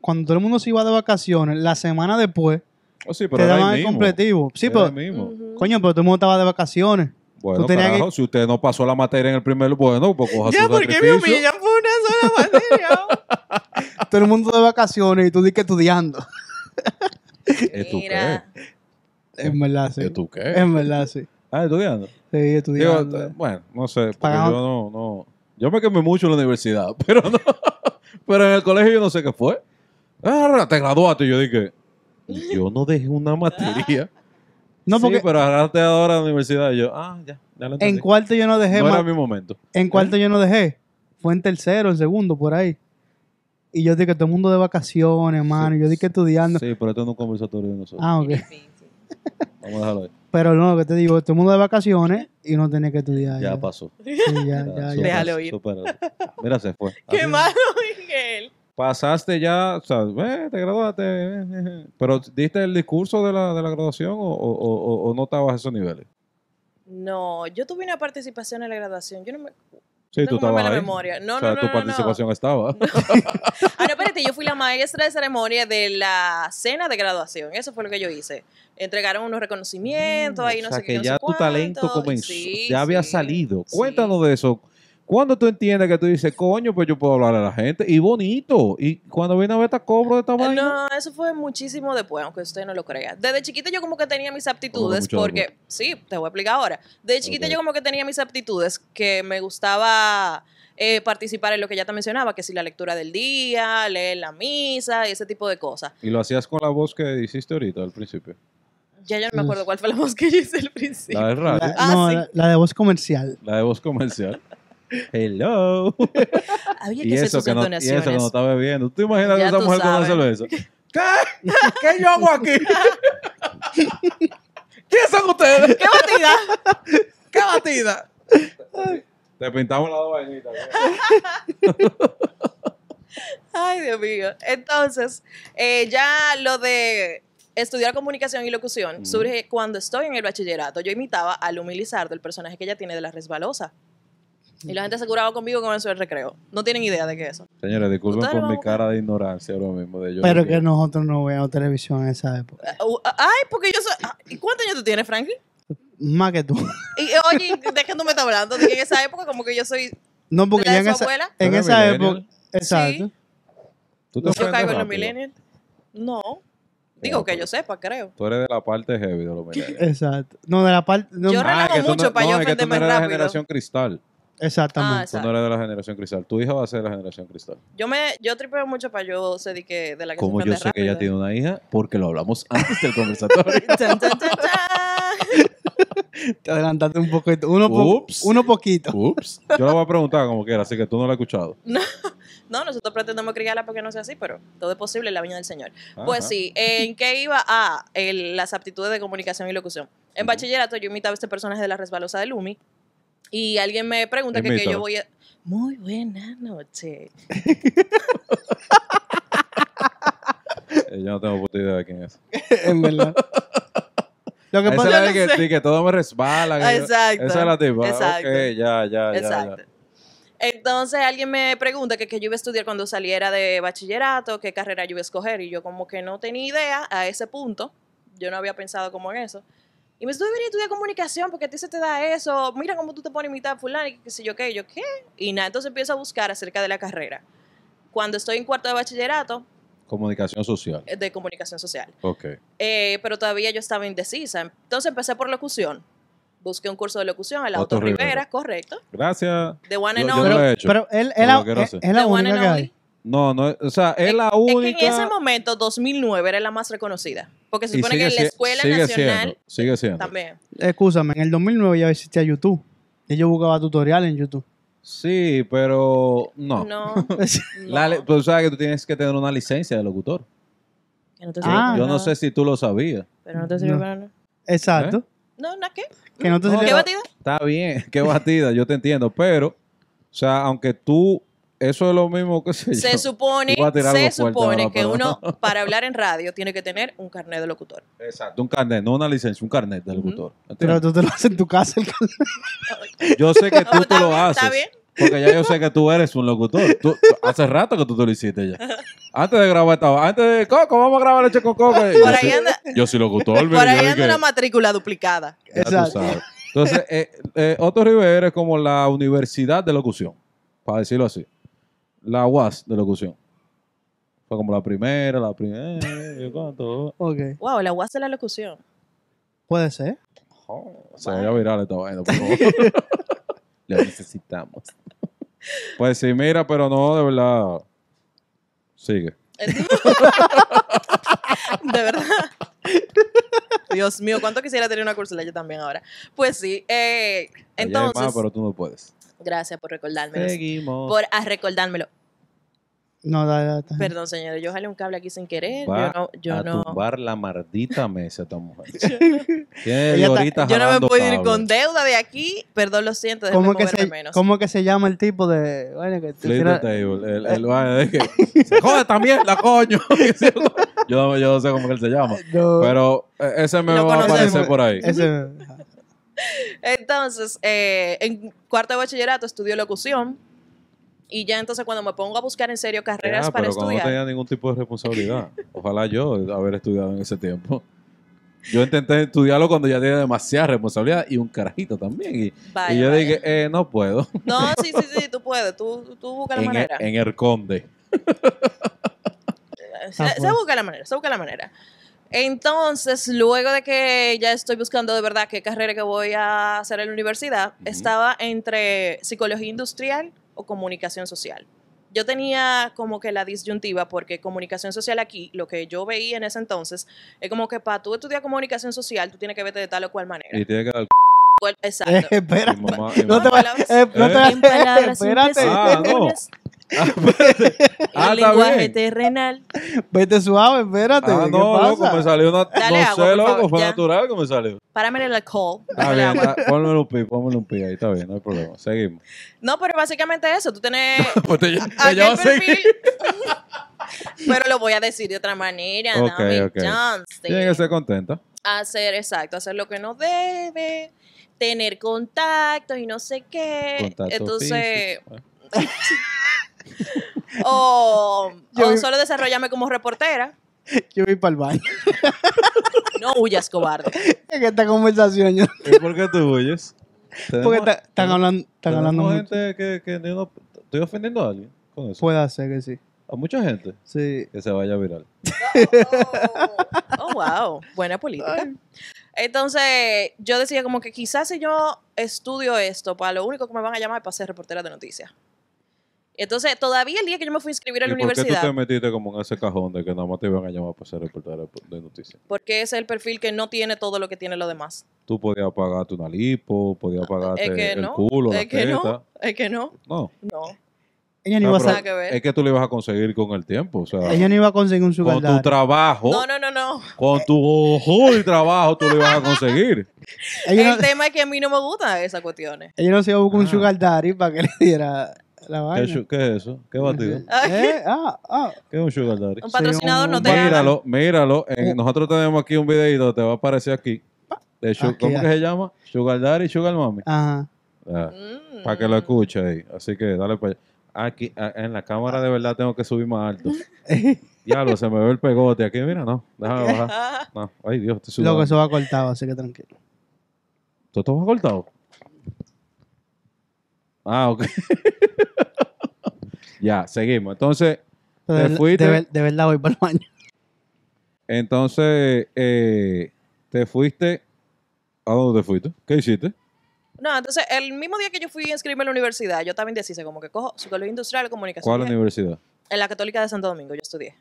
S2: cuando todo el mundo se iba de vacaciones, la semana después
S1: Oh, sí, pero
S2: te
S1: era ahí
S2: daban el
S1: mismo,
S2: completivo. Sí,
S1: era
S2: pero,
S1: ahí mismo.
S4: Ujú.
S2: coño, pero todo el mundo estaba de vacaciones.
S1: Bueno,
S2: Tú tenías
S1: carajo, si usted no pasó la materia en el primer bueno, pues coja
S4: Ya,
S1: su
S4: ¿por qué me
S1: sacrificio.
S4: humillan por una sola materia?
S2: *laughs* Todo el mundo de vacaciones y tú di que estudiando.
S1: ¿Y tú
S4: Mira,
S2: En verdad, sí.
S1: ¿Y tú qué?
S2: En verdad, sí.
S1: Ah, estudiando.
S2: Sí,
S1: Digo,
S2: estudiando.
S1: t- bueno, no sé, porque
S2: Pagado.
S1: yo no, no, yo me quemé mucho en la universidad, *laughs* pero no, pero en el colegio yo no sé qué fue. Ah, te graduaste, y yo dije, yo no dejé una materia.
S2: *laughs* no,
S1: pues, Sí,
S2: porque
S1: pero agarraste ahora a la universidad y yo, ah, ya, ya lo entendí.
S2: en cuarto yo no dejé
S1: no
S2: ma-
S1: era mi momento.
S2: En cuarto yo no dejé. Fue en tercero, en segundo, por ahí. Y yo di que todo el mundo de vacaciones, mano. y yo di que estudiando.
S1: Sí, pero esto no es un conversatorio de nosotros.
S2: Ah, ok.
S4: difícil.
S1: Vamos a dejarlo ahí.
S2: Pero no, lo que te digo, todo el mundo de vacaciones y no tenés que estudiar.
S1: Ya pasó.
S2: Sí, Ah,
S1: Ya,
S2: ya, ya, ya.
S1: supera-
S4: Déjalo ir.
S1: supera. Mira, se fue.
S4: Qué
S1: Así.
S4: malo, *laughs* Miguel.
S1: Pasaste ya, o sea, eh, te graduaste. *laughs* eh, eh, eh. Pero diste el discurso de la, de la graduación o, o- o- o no estabas a esos niveles.
S4: No, yo tuve una participación en la graduación. Yo no me.
S1: Sí, tú
S4: tengo muy
S1: estabas
S4: mala
S1: ahí.
S4: memoria. No,
S1: o sea,
S4: no, no.
S1: tu
S4: no, no.
S1: participación estaba.
S4: *laughs* Ah, no, espérate, yo fui la maestra de ceremonia de la cena de graduación. Eso fue lo que yo hice. Entregaron unos reconocimientos, ahí no
S1: Mm, o sea,
S4: sé qué.
S1: que
S4: no sé
S1: ya tu
S4: cuánto.
S1: talento comenzó,
S4: Sí,
S1: ya había
S4: sí.
S1: salido.
S4: sí.
S1: Cuéntanos de eso. Cuando tú entiendes que tú dices, coño, pues yo puedo hablar a la gente? Y bonito. Y cuando viene a ver, te cobro de esta vaina.
S4: Eh, No, eso fue muchísimo después, aunque usted no lo crea. Desde chiquita yo como que tenía mis aptitudes,
S1: mucho
S4: porque, sí, te voy a explicar ahora. Desde chiquita
S1: Ok.
S4: yo como que tenía mis aptitudes, que me gustaba eh, participar en lo que ya te mencionaba, que si la lectura del día, leer la misa y ese tipo de cosas.
S1: Y lo hacías con la voz que hiciste ahorita al principio.
S4: Ya yo no me acuerdo cuál fue la voz que *laughs* yo hice al principio.
S1: La de radio,
S2: La-
S4: Ah,
S2: no,
S4: sí.
S2: la, la de voz comercial.
S1: la de voz
S4: *laughs*
S1: comercial. Hello.
S4: Había que
S1: y
S4: hacer
S1: eso
S4: sus
S1: que no, y eso que
S4: entonaciones.
S1: no está bebiendo. ¿Tú imaginas
S4: Ya
S1: esa
S4: tú
S1: mujer con la
S4: sabes. *laughs*
S1: cerveza? ¿Qué? *laughs* ¿Qué yo hago aquí?
S4: *laughs*
S1: ¿Quiénes son ustedes?
S4: ¡Qué batida!
S1: *laughs* ¿Qué batida? Te pintamos ¿eh? las dos vainitas.
S4: Ay, Dios mío. Entonces, eh, ya lo de estudiar comunicación y locución
S1: Ujú.
S4: surge cuando estoy en el bachillerato. Yo imitaba a Lumi Lizardo, el personaje que ella tiene de la resbalosa. Y la gente se curaba conmigo con eso del recreo. No tienen idea de qué es eso.
S1: Señores, disculpen
S4: Ustedes
S1: por
S4: no
S1: mi
S4: buscan.
S1: cara de ignorancia ahora mismo de yo.
S2: Pero
S1: no-
S2: que nosotros no veíamos televisión en esa época.
S4: Ah, uh, Ay, porque yo soy... ah, ¿y ¿Cuántos años tú tienes, Franklin?
S2: Más que tú.
S4: Y, eh, oye, ¿de qué tú me estás hablando? De que en esa época como que yo soy
S2: No, porque
S4: la
S2: ya
S4: de
S2: en
S4: su
S2: esa,
S4: abuela.
S1: ¿Tú
S2: en
S1: eres
S2: esa
S1: millennial?
S2: época. Exacto.
S1: ¿Tú te
S4: Yo
S1: ofendes
S4: caigo en los
S1: rápido.
S4: millennials. No. Digo que yo sepa, creo.
S1: Tú eres de la parte heavy de los millennials. Ah,
S2: Exacto. No, de la parte. no,
S4: Yo relajo
S1: que tú
S4: mucho para yo
S1: es que tú
S4: ofenderme
S1: no eres de la
S4: rápido.
S1: generación cristal.
S4: Ah,
S2: exactamente.
S1: Tú no
S4: exacto.
S1: eres de la generación cristal. Tu hija va a ser de la generación cristal.
S4: Yo me, yo tripeo mucho para yo sé de que de la que
S1: Como yo
S4: se prende
S1: sé que ella
S4: rápido.
S1: tiene una hija, porque lo hablamos antes del
S4: *laughs*
S1: conversatorio.
S4: Chan, chan, chan, chan.
S2: Te adelantaste un poquito. Uno, po-
S1: Ups.
S2: uno poquito. *laughs*
S1: Ups. Yo la voy a preguntar como quiera, así que tú no la has escuchado.
S4: No, nosotros pretendemos criarla porque no sea así, pero todo es posible en la viña del Señor.
S1: Ajá.
S4: Pues sí, ¿en qué iba? Ah, el- las aptitudes de comunicación y locución. En
S1: Ujú.
S4: bachillerato yo imitaba a este personaje de la resbalosa de Lumi y alguien me pregunta que, que
S1: Imítalo.
S4: yo voy a... Muy buena noche.
S1: Eh, yo no tengo puta idea de quién es.
S2: en verdad. Lo que
S1: Esa es
S2: pasa
S1: la
S4: yo
S1: de que,
S4: no sé.
S1: sí, que todo me resbala. que-
S4: Exacto.
S1: Esa es la tipa.
S4: Exacto.
S1: Ok, ya, ya, ya,
S4: Exacto.
S1: ya.
S4: Entonces alguien me pregunta que, que yo iba a estudiar cuando saliera de bachillerato, qué carrera yo iba a escoger. Y yo como que no tenía idea a ese punto. Yo no había pensado como en eso. Y me dice, tú deberías estudiar comunicación porque a ti se te da eso. Mira cómo tú te pones a imitar a fulano y qué sé yo qué. Y yo, ¿qué? Y nada, entonces empiezo a buscar acerca de la carrera. Cuando estoy en cuarto de bachillerato
S1: Comunicación social.
S4: eh, de comunicación social.
S1: Ok.
S4: Eh, pero todavía yo estaba indecisa. Entonces empecé por locución. Busqué un curso de locución a la
S1: Otto
S4: Otto Rivera,
S1: Rivera.
S4: correcto.
S1: Gracias.
S4: De One
S1: Yo-
S4: and
S1: yo lo
S4: Only.
S1: he
S2: Pero,
S1: hecho.
S2: pero él, él
S1: Pero
S2: la-
S1: lo quiero
S2: es,
S1: hacer.
S2: es la
S4: The one
S2: única
S4: and
S2: que
S4: only.
S2: hay.
S1: No, no, o sea, es la
S4: Es que en ese
S1: única.
S4: momento, 2009, era la más reconocida. Porque se
S1: y
S4: supone que en la
S1: sie-
S4: Escuela
S1: sigue
S4: Nacional
S1: siendo, sigue siendo.
S4: también.
S2: Escúchame, en el 2009 ya existía YouTube. Y yo buscaba tutoriales en YouTube. *laughs*
S1: Sí, pero no.
S4: No. no.
S1: *laughs* La li- tú sabes que tú tienes que tener una licencia de locutor.
S4: Que no te
S2: Ah.
S4: para
S1: Yo no
S4: nada.
S1: sé si tú lo sabías.
S4: Pero no te sirve
S2: No.
S4: para nada.
S2: Exacto.
S4: No, ¿na qué?
S2: Que no te
S1: ¿Eh? No,
S2: sirve-
S1: *laughs*
S4: ¿Qué batida?
S1: Está bien, qué batida, yo te entiendo, pero, o sea, aunque tú, eso es lo mismo que sé yo.
S4: Se supone,
S1: Iba a tirar
S4: se
S1: algo fuerte
S4: supone
S1: ahora,
S4: que
S1: pero *laughs*
S4: uno, para hablar en radio, tiene que tener un carnet de locutor.
S1: Exacto, un carnet, no una licencia, un carnet de
S4: Ujú.
S1: locutor.
S2: Pero
S1: ¿entiendes?
S2: tú te lo haces en tu casa. el cal-
S1: yo sé que
S4: No,
S1: tú,
S4: está
S1: tú lo
S4: bien,
S1: haces.
S4: está bien.
S1: Porque ya yo sé que tú eres un locutor. Tú- hace rato que tú te lo hiciste
S4: *laughs*
S1: ya. Antes de grabar esta, antes de Coco, vamos a grabar leche con Coco. Yo,
S4: Por ahí
S1: soy-
S4: anda,
S1: yo soy locutor,
S4: por
S1: baby,
S4: ahí
S1: yo
S4: anda
S1: dije-
S4: una matrícula duplicada.
S1: Ya tú
S2: Exacto.
S1: sabes. Entonces, eh, eh, Otto Rivera es como la universidad de locución, para decirlo así. La UAS de locución. Fue como la primera, la primera. yo cuánto.
S2: Ok.
S4: Wow, la UAS de la locución.
S2: Puede ser.
S1: Se vaya viral esta vaina, por favor. *laughs* Lo necesitamos. Pues sí, mira, pero no, de verdad. Sigue. *laughs*
S4: De verdad. Dios mío, cuánto quisiera tener una cursula yo también ahora. Pues sí, eh,
S1: Allá hay
S4: entonces, Pues,
S1: más, pero tú no puedes.
S4: gracias por ah, recordármelo.
S1: Seguimos.
S4: Por a recordármelo.
S2: No, dale, dale, dale.
S4: Perdón, señores, yo jalé un cable aquí sin querer.
S1: Va
S4: yo no, yo
S1: a
S4: no.
S1: tumbar la maldita mesa esta
S4: *laughs*
S1: mujer.
S2: Ella
S1: Tiene
S2: está-
S1: ahorita
S4: Yo no me
S1: jalando
S4: puedo ir
S1: cable.
S4: con deuda de aquí. Perdón, lo siento, déjame
S2: ¿Cómo que,
S4: moverme
S2: se,
S4: menos.
S2: ¿Cómo que se llama el tipo de.? Bueno, que te
S1: Flip the
S2: tira-
S1: table. El, el vaina de que se jode también la coño. *laughs* yo, yo no sé cómo que él se llama.
S2: No,
S1: Pero eh, ese me
S4: Lo
S1: va a aparecer
S2: conocemos.
S1: por ahí.
S2: *laughs* ese-
S4: Entonces, eh, en cuarto de bachillerato estudio locución. Y ya entonces cuando me pongo a buscar en serio carreras
S1: Ah,
S4: para
S1: pero cuando no
S4: estudiar.
S1: tenía ningún tipo de responsabilidad. Ojalá yo haber estudiado en ese tiempo. Yo intenté estudiarlo cuando ya tenía demasiada responsabilidad y un carajito también. Y, y
S4: Vaya,
S1: yo
S4: vaya.
S1: dije, eh, no puedo.
S4: No, sí, sí, sí, tú puedes. Tú, tú busca
S1: En,
S4: la
S1: el-
S4: manera. Eh,
S1: en el conde.
S4: se,
S2: Ah,
S4: se
S2: bueno.
S4: busca la manera, se busca la manera. Entonces, luego de que ya estoy buscando de verdad qué carrera que voy a hacer en la universidad,
S1: Ujú.
S4: estaba entre psicología industrial o comunicación social. Yo tenía como que la disyuntiva porque comunicación social aquí, lo que yo veía en ese entonces, es como que para tú estudiar comunicación social, tú tienes que verte de tal o cual manera.
S1: Y tiene que dar el Ah,
S4: Cual- Exacto.
S2: eh, espera.
S1: c- mi mamá. mi
S2: *laughs* No te
S1: *laughs* mamá.
S2: va- *laughs*
S4: palabras-
S2: eh, no te-
S4: En palabras
S2: espérate.
S4: simples,
S1: Ah, no.
S4: comunes,
S1: Ah, espérate. Ah,
S4: *laughs* el
S1: está
S4: lenguaje
S1: bien.
S4: terrenal.
S2: Vete suave, espérate.
S1: Ah,
S2: ¿qué
S1: no,
S2: pasa?
S1: loco, me salió una.
S4: Dale
S1: no
S4: agua,
S1: sé,
S4: por
S1: loco,
S4: favor,
S1: fue
S4: ya.
S1: natural que me salió.
S4: Párame el alcohol.
S1: Está
S4: el
S1: bien,
S4: agua.
S1: ah, ponme un pi, ponme un pi ahí, está bien, no hay problema. Seguimos.
S4: No, pero básicamente eso, tú tienes
S1: *laughs* Pues te, ll- te
S4: aquel
S1: llamas así.
S4: perfil.
S1: *laughs*
S4: pero lo voy a decir de otra manera,
S1: Ok,
S4: dame
S1: ok.
S4: chance.
S1: Tiene que ser contenta.
S4: Hacer, exacto, hacer lo que no debe, tener contactos y no sé qué.
S1: Contacto
S4: Eh, Entonces,
S1: físico. *laughs*
S4: o,
S2: Yo
S4: o
S2: vi-
S4: solo desarrollarme como reportera.
S2: *laughs* Yo voy para el baño. *laughs*
S4: No huyas, cobarde.
S2: Es que esta conversación. yo-
S1: ¿Y por qué tú huyes?
S2: porque
S1: Tenemos-
S2: ta- están hablando, están
S1: tenemos
S2: hablando mucho. Pues-
S1: gente que, que ni uno- estoy ofendiendo a alguien con eso.
S2: Puede ser que sí.
S1: A mucha gente
S2: Sí.
S1: que se vaya viral.
S4: Oh, wow. Buena política. Entonces, yo decía como que quizás si yo estudio esto, para lo único que me van a llamar es para ser reportera de noticias. Entonces, todavía el día que yo me fui a inscribir a la
S1: ¿Y por qué tú
S4: universidad,
S1: te metiste como en ese cajón de que nada más te iban a llamar para ser reportero de noticias?
S4: porque es el perfil que no tiene todo lo que tiene lo demás.
S1: Tú podías pagarte una lipo, podías pagarte
S4: es que
S1: el
S4: no,
S1: culo, la
S4: es que
S1: teta.
S4: no, es que no,
S1: No.
S4: no.
S2: Ella no,
S1: No,
S2: iba a
S1: pero
S2: sa-
S4: nada que ver.
S1: es que tú le ibas a conseguir con el tiempo. O sea,
S2: ella no iba a conseguir un sugar
S1: con tu
S2: daddy.
S1: trabajo,
S4: No, no, no, no.
S1: con tu ojo y trabajo, tú le ibas a
S2: *laughs*
S1: conseguir.
S2: Ella
S4: El
S2: no,
S4: tema es que a mí no me gustan esas cuestiones.
S2: ella no se iba a buscar un
S1: Ah.
S2: sugar daddy para que *laughs* le diera la
S1: ¿Qué,
S2: vaina.
S1: chu- qué es eso? ¿Qué batido?
S2: *laughs* ¿Eh? Ah, ah.
S1: ¿Qué es un sugar daddy?
S4: Un patrocinador
S2: un-
S4: no te haga.
S1: Míralo, míralo. Eh,
S2: Uh.
S1: nosotros tenemos aquí un videito, te va a aparecer aquí. De Su-
S2: Aquí,
S1: ¿Cómo
S2: aquí.
S1: que se llama? Sugar Daddy y Sugar Mami.
S2: Ajá.
S4: Mm.
S1: para que lo escuche ahí. Así que dale para allá. Aquí, a- en la cámara de verdad tengo que subir más
S2: *laughs*
S1: alto. Diablo, se me ve el pegote aquí. Mira, no,
S2: *laughs*
S1: déjame bajar.
S4: Ah,
S1: No, ay Dios, estoy sudando.
S2: Loco, eso va cortado, así que tranquilo.
S1: ¿Tú estás cortado? Ah, ok. *laughs* ya, seguimos. Entonces,
S2: Pero
S1: ¿Te
S2: de,
S1: fuiste?
S2: de ver- de verdad voy para el baño. *laughs*
S1: entonces, eh, te fuiste. ¿A dónde te fuiste? ¿Qué hiciste?
S4: No, entonces el mismo día que yo fui a inscribirme en la universidad, yo estaba indecisa, como que cojo psicología industrial o comunicación.
S1: ¿Cuál
S4: Yo-
S1: universidad?
S4: En la Católica de Santo Domingo yo estudié,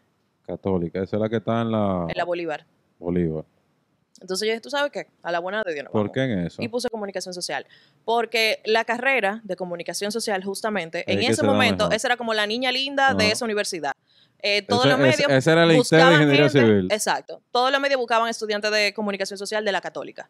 S1: Católica. Esa es la que está en la,
S4: en la Bolívar.
S1: Bolívar.
S4: Entonces yo dije, ¿tú sabes qué? A la buena de Dios. nos
S1: ¿Por
S4: vamos".
S1: qué en eso?
S4: Y pues, puse comunicación social. Porque la carrera de comunicación social, justamente,
S1: Ahí
S4: en
S1: que
S4: ese
S1: se da
S4: momento,
S1: mejor.
S4: esa era como la niña linda de
S1: Ajá.
S4: esa universidad. Eh, todos
S1: Ese-
S4: los medios.
S1: ese- ese era el Inter de
S4: buscaban
S1: Ingeniería
S4: gente-
S1: Civil.
S4: Exacto. Todos los medios buscaban estudiantes de comunicación social de la Católica.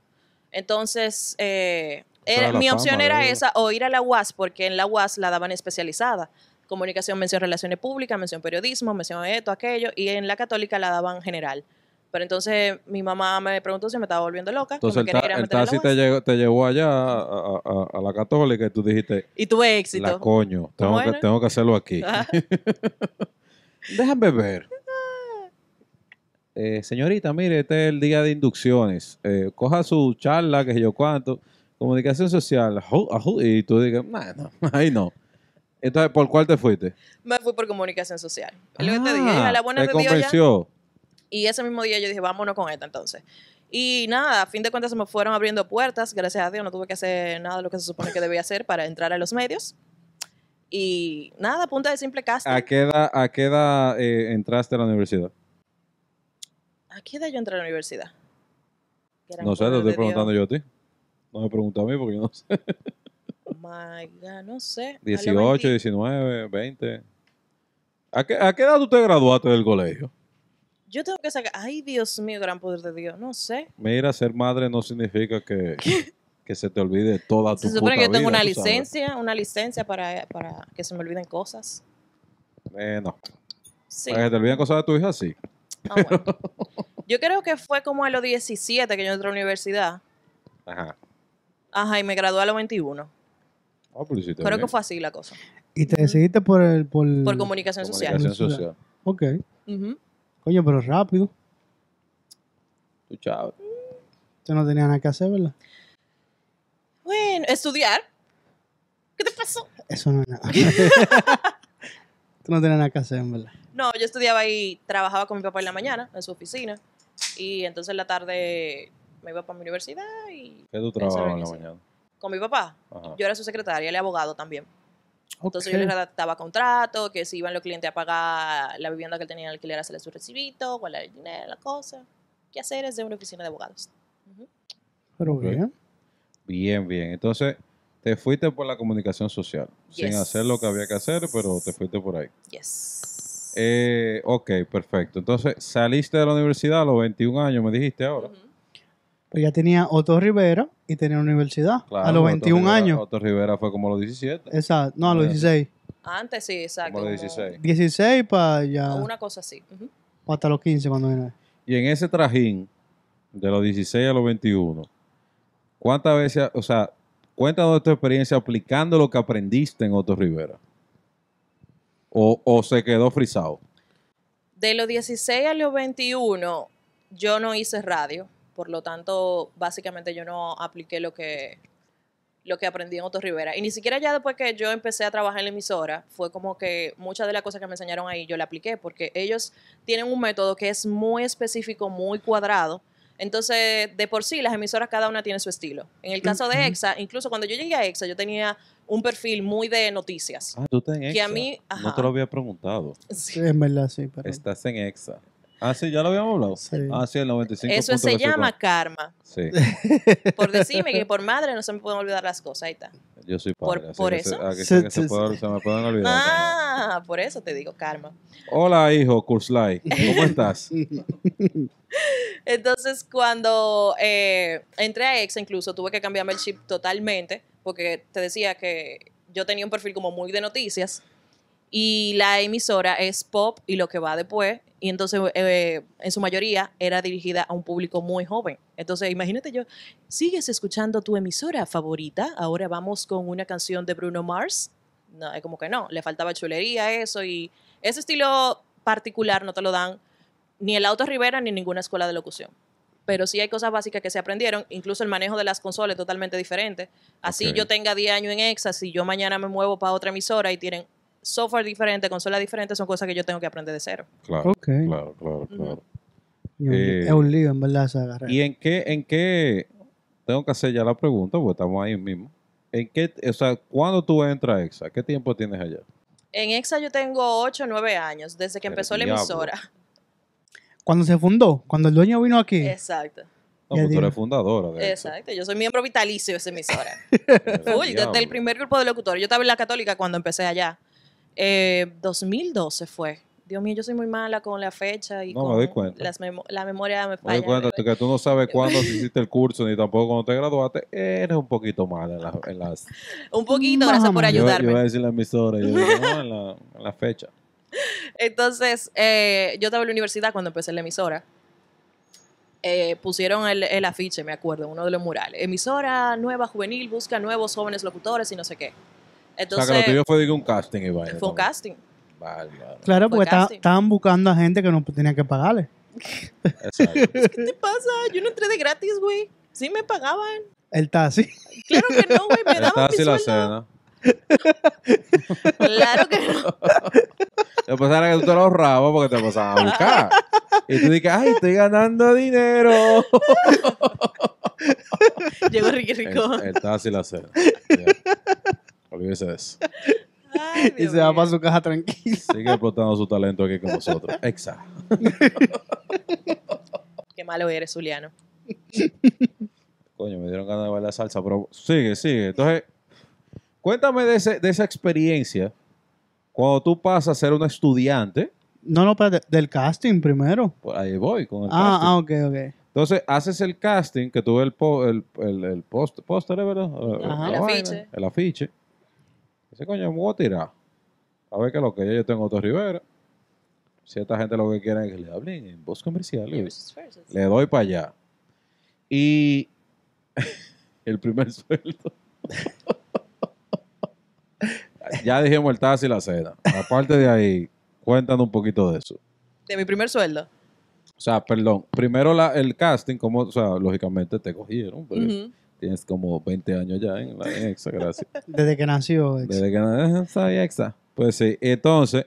S4: Entonces, eh,
S1: Esa
S4: era-
S1: era la
S4: mi
S1: fama,
S4: opción era
S1: ¿verdad?
S4: esa, o ir a la UAS, porque en la UAS la daban especializada. Comunicación, mención relaciones públicas, mención periodismo, mención esto, aquello, y en la Católica la daban general. Pero entonces mi mamá me preguntó si me estaba volviendo loca. que
S1: Entonces
S4: me
S1: el,
S4: quería
S1: ta-
S4: ir a
S1: el
S4: meter a la
S1: taxi
S4: UAS.
S1: te llegó- te llevó allá a, a- a- a la católica y tú dijiste,
S4: Y tuve
S1: la
S4: éxito.
S1: coño, tengo que,
S4: Bueno.
S1: tengo que hacerlo aquí.
S4: Ah,
S1: *laughs* Déjame ver. Eh, señorita, mire, este es el día de inducciones. Eh, coja su charla, que sé yo cuánto, comunicación social, ajú, ajú, y tú digas, "Nah, no, *laughs* ahí no. Entonces, ¿por cuál te fuiste?
S4: me fui por comunicación social. Es lo que te
S1: Ah,
S4: dije, dije, a la buena
S1: te
S4: de Dios ya.
S1: convenció.
S4: Y ese mismo día yo dije, vámonos con esta entonces. Y nada, a fin de cuentas se me fueron abriendo puertas, gracias a Dios no tuve que hacer nada de lo que se supone que debía hacer para entrar a los medios. Y nada, a punta de simple casting.
S1: ¿A qué edad, a qué edad, eh, entraste a la universidad?
S4: ¿A qué edad yo entré a la universidad? Gran
S1: No sé, te
S4: poder
S1: estoy
S4: de Dios.
S1: preguntando yo a ti. No me preguntas a mí porque yo no sé.
S4: Oh My God, no sé. a los
S1: 18,
S4: 20.
S1: 19, 20. ¿A qué, a qué edad tú te graduaste del colegio?
S4: Yo tengo que sacar. Ay, Dios mío, gran poder de Dios. No sé.
S1: Mira, ser madre no significa
S4: *laughs*
S1: que, que se te olvide toda tu
S4: Se
S1: puta
S4: supone que yo tengo
S1: vida,
S4: una
S1: tú sabes.
S4: licencia, una licencia para, para que se me olviden cosas.
S1: Eh, no.
S4: Sí.
S1: Para que te olviden cosas de tu hija, sí.
S4: Ah, bueno. Yo creo que fue como a los 17 que yo entré a la universidad.
S1: Ajá.
S4: Ajá, y me gradué a los 21.
S1: Ah, pero hiciste
S4: Creo
S1: bien.
S4: que fue así la cosa.
S2: Y te decidiste por el. Por,
S4: Por comunicación social.
S1: Mm, Comunicación social.
S2: Ok.
S4: Ujú.
S2: Coño, pero rápido.
S1: Tú, chavo.
S2: Usted no tenía nada que hacer, ¿verdad?
S4: Bueno, estudiar. ¿Qué te pasó?
S2: Eso no es
S4: *laughs*
S2: nada. Tú no tenías nada que hacer, en verdad.
S4: No, yo estudiaba y trabajaba con mi papá en la mañana, en su oficina. Y entonces en la tarde me iba para mi universidad y
S1: ¿Qué tú
S4: era
S1: trabajabas en la
S4: organizado.
S1: mañana?
S4: con mi papá.
S1: Ajá.
S4: Yo era su secretaria, él es abogado también. Entonces
S2: Ok.
S4: yo le redactaba contrato, que si iban los clientes a pagar la vivienda que él tenía en alquiler, hacerle su recibito, cuál era el dinero, la cosa. ¿Qué hacer es de una oficina de abogados?
S2: Pero bien.
S1: Bien, bien. Entonces, te fuiste por la comunicación social. Sin
S4: Yes.
S1: hacer lo que había que hacer, pero te fuiste por ahí.
S4: Yes.
S1: Eh, ok, perfecto. Entonces, saliste de la universidad a los 21 años, me dijiste ahora.
S4: Ujú.
S2: Pero Pues ya tenía Otto Rivera y tenía universidad.
S1: Claro,
S2: a los
S1: Otto
S2: 21
S1: Rivera-
S2: años.
S1: Otto Rivera fue como a los 17.
S2: Exacto. No, a los
S1: Bueno.
S2: 16.
S4: Antes sí, exacto.
S1: como a los 16.
S2: 16 para ya.
S1: Ah.
S4: o Una cosa así. Ujú.
S2: o Hasta los 15 cuando viene.
S1: Y en ese trajín, de los 16 a los 21, ¿cuántas veces, o sea, cuéntanos tu experiencia aplicando lo que aprendiste en Otto Rivera? ¿O, o se quedó frisado?
S4: De los 16 a los 21, yo no hice radio. Por lo tanto, básicamente yo no apliqué lo que, lo que aprendí en Otto Rivera. Y ni siquiera ya después que yo empecé a trabajar en la emisora, fue como que muchas de las cosas que me enseñaron ahí yo la apliqué, porque ellos tienen un método que es muy específico, muy cuadrado. Entonces, de por sí, las emisoras cada una tiene su estilo. En el caso
S2: Ujú.
S4: de EXA, incluso cuando yo llegué a EXA, yo tenía un perfil muy de noticias.
S1: Ah, tú estás en
S4: Que a mí,
S1: No
S4: ajá.
S1: te lo
S4: *laughs*
S1: había preguntado.
S2: Sí, en verdad, sí. Pero,
S1: Estás en EXA. Ah, sí, ya lo habíamos hablado.
S2: sí.
S1: Ah, sí, el 95.
S4: Eso se llama karma.
S1: Sí,
S4: *laughs* por decirme que por madre no se me pueden olvidar las cosas. Ahí está.
S1: yo soy
S4: Por-
S1: padre. así
S4: por
S1: que
S4: eso.
S1: Se, ah, que
S2: Se-
S1: sí, que se
S2: se-
S1: puede- se me pueden olvidar. también.
S4: Ah, por eso te digo karma.
S1: Hola, hijo, Kurslai.
S4: *laughs*
S1: ¿Cómo estás?
S4: Entonces, cuando eh, entré a EXA, incluso tuve que cambiarme el chip totalmente, porque te decía que yo tenía un perfil como muy de noticias, y la emisora es pop y lo que va después, y entonces eh, en su mayoría era dirigida a un público muy joven. Entonces, imagínate yo, ¿sigues escuchando tu emisora favorita? Ahora vamos con una canción de Bruno Mars. No, es como que no, le faltaba chulería, eso, y ese estilo particular no te lo dan ni el Auto Rivera ni ninguna escuela de locución. Pero sí hay cosas básicas que se aprendieron, incluso el manejo de las consolas es totalmente diferente. Así
S1: Ok.
S4: yo tenga 10 años en EXA, si yo mañana me muevo para otra emisora y tienen software diferente, consola diferente, son cosas que yo tengo que aprender de cero.
S1: Claro,
S2: ok.
S1: claro, claro, claro.
S2: Coño,
S1: Eh,
S2: es un lío, en verdad, esa carrera.
S1: ¿Y en qué, en qué, tengo que hacer ya la pregunta, porque estamos ahí mismo. ¿En qué, o sea, cuándo tú entras a EXA? ¿Qué tiempo tienes allá?
S4: En EXA yo tengo 8 o 9 años, desde que
S1: El
S4: empezó la
S1: diablo.
S4: emisora.
S2: Cuando se fundó, cuando el dueño vino aquí.
S4: Exacto,
S1: No,
S2: Ya
S1: pues tú
S2: digo.
S1: eres fundadora de EXA.
S4: exacto. Yo soy miembro vitalicio de esa emisora.
S1: *laughs* Exacto.
S4: Full, desde el primer grupo de locutores. Yo estaba en la católica cuando empecé allá. Eh, 2012 fue. Dios mío, yo soy muy mala con la fecha y
S1: No, me
S4: con
S1: doy cuenta.
S4: Las memo- la memoria me
S1: Me doy
S4: falla.
S1: cuenta que tú no sabes cuándo hiciste el curso ni tampoco cuando te graduaste. Eres un poquito mala en, la- en
S4: *laughs*
S1: las...
S4: Un poquito,
S2: Más
S4: gracias
S2: o
S4: por
S2: menos.
S1: Yo, yo
S4: ayudarme.
S1: iba a decir la emisora, yo digo, no, en la, en la fecha.
S4: Entonces, eh, yo estaba en la universidad cuando empecé en la emisora. Eh, pusieron el, el afiche, me acuerdo, en uno de los murales. Emisora nueva juvenil busca nuevos jóvenes locutores y no sé qué. Entonces,
S1: o sea, que lo tuyo fue digo, un casting y vaina.
S4: fue un
S1: también.
S4: casting.
S1: Bárbaro.
S2: Claro,
S4: Fue
S2: porque ta-
S4: casting.
S2: estaban buscando a gente que no tenían que pagarle.
S1: Exacto.
S4: ¿Qué te pasa? Yo no entré de gratis, güey. Sí me pagaban.
S2: El
S4: *laughs*
S2: taxi.
S4: Claro que no, güey.
S1: *laughs*
S4: Me
S1: El
S4: daban mi
S1: taxi y la
S4: sueldo.
S1: cena.
S4: Claro que no.
S1: *laughs* Lo que pasa era que tú te lo ahorrabas porque te pasaban a buscar. Y tú dices, ay, estoy ganando dinero.
S4: Llegó Ricky
S1: El,
S4: Ricón.
S1: el taxi y la cena. Ya. Olvídese de eso.
S4: Ay,
S2: Y
S4: Dios
S2: se va
S4: mío.
S2: para su casa tranquilo.
S1: Sigue explotando su talento aquí con nosotros. Exacto.
S4: Qué malo eres, Juliano.
S1: Coño, me dieron ganas de bailar salsa, pero sigue, sigue. Entonces, cuéntame de, ese- de esa experiencia Cuando tú pasas a ser un estudiante,
S2: No, no, espérate, del casting primero.
S1: por ahí voy con el
S2: Ah,
S1: casting.
S2: ah, ok, ok.
S1: Entonces, haces el casting, que tuve el, po- el, el, el post- póster, ¿es ¿verdad?
S2: Ajá.
S1: La
S4: El
S1: vaina,
S4: afiche.
S1: El afiche. Dice, coño, me voy a tirar. A ver qué es lo que yo, yo tengo Otto Rivera. Si esta gente lo que quieren es que le hablen en voz comercial. y- Le doy para allá. Y *laughs* el primer sueldo. *laughs* ya dijimos el taxi y la cena. Aparte de ahí, cuéntanos un poquito de eso.
S4: De mi primer sueldo.
S1: O sea, perdón. Primero la- el casting, como, o sea, lógicamente te cogieron. porque
S4: Ujú.
S1: Tienes como 20 años ya en la en EXA,
S4: *laughs*
S1: gracias.
S2: Desde que nació. ex.
S1: *laughs* Desde que no- "Ah, soy EXA. Pues sí, entonces,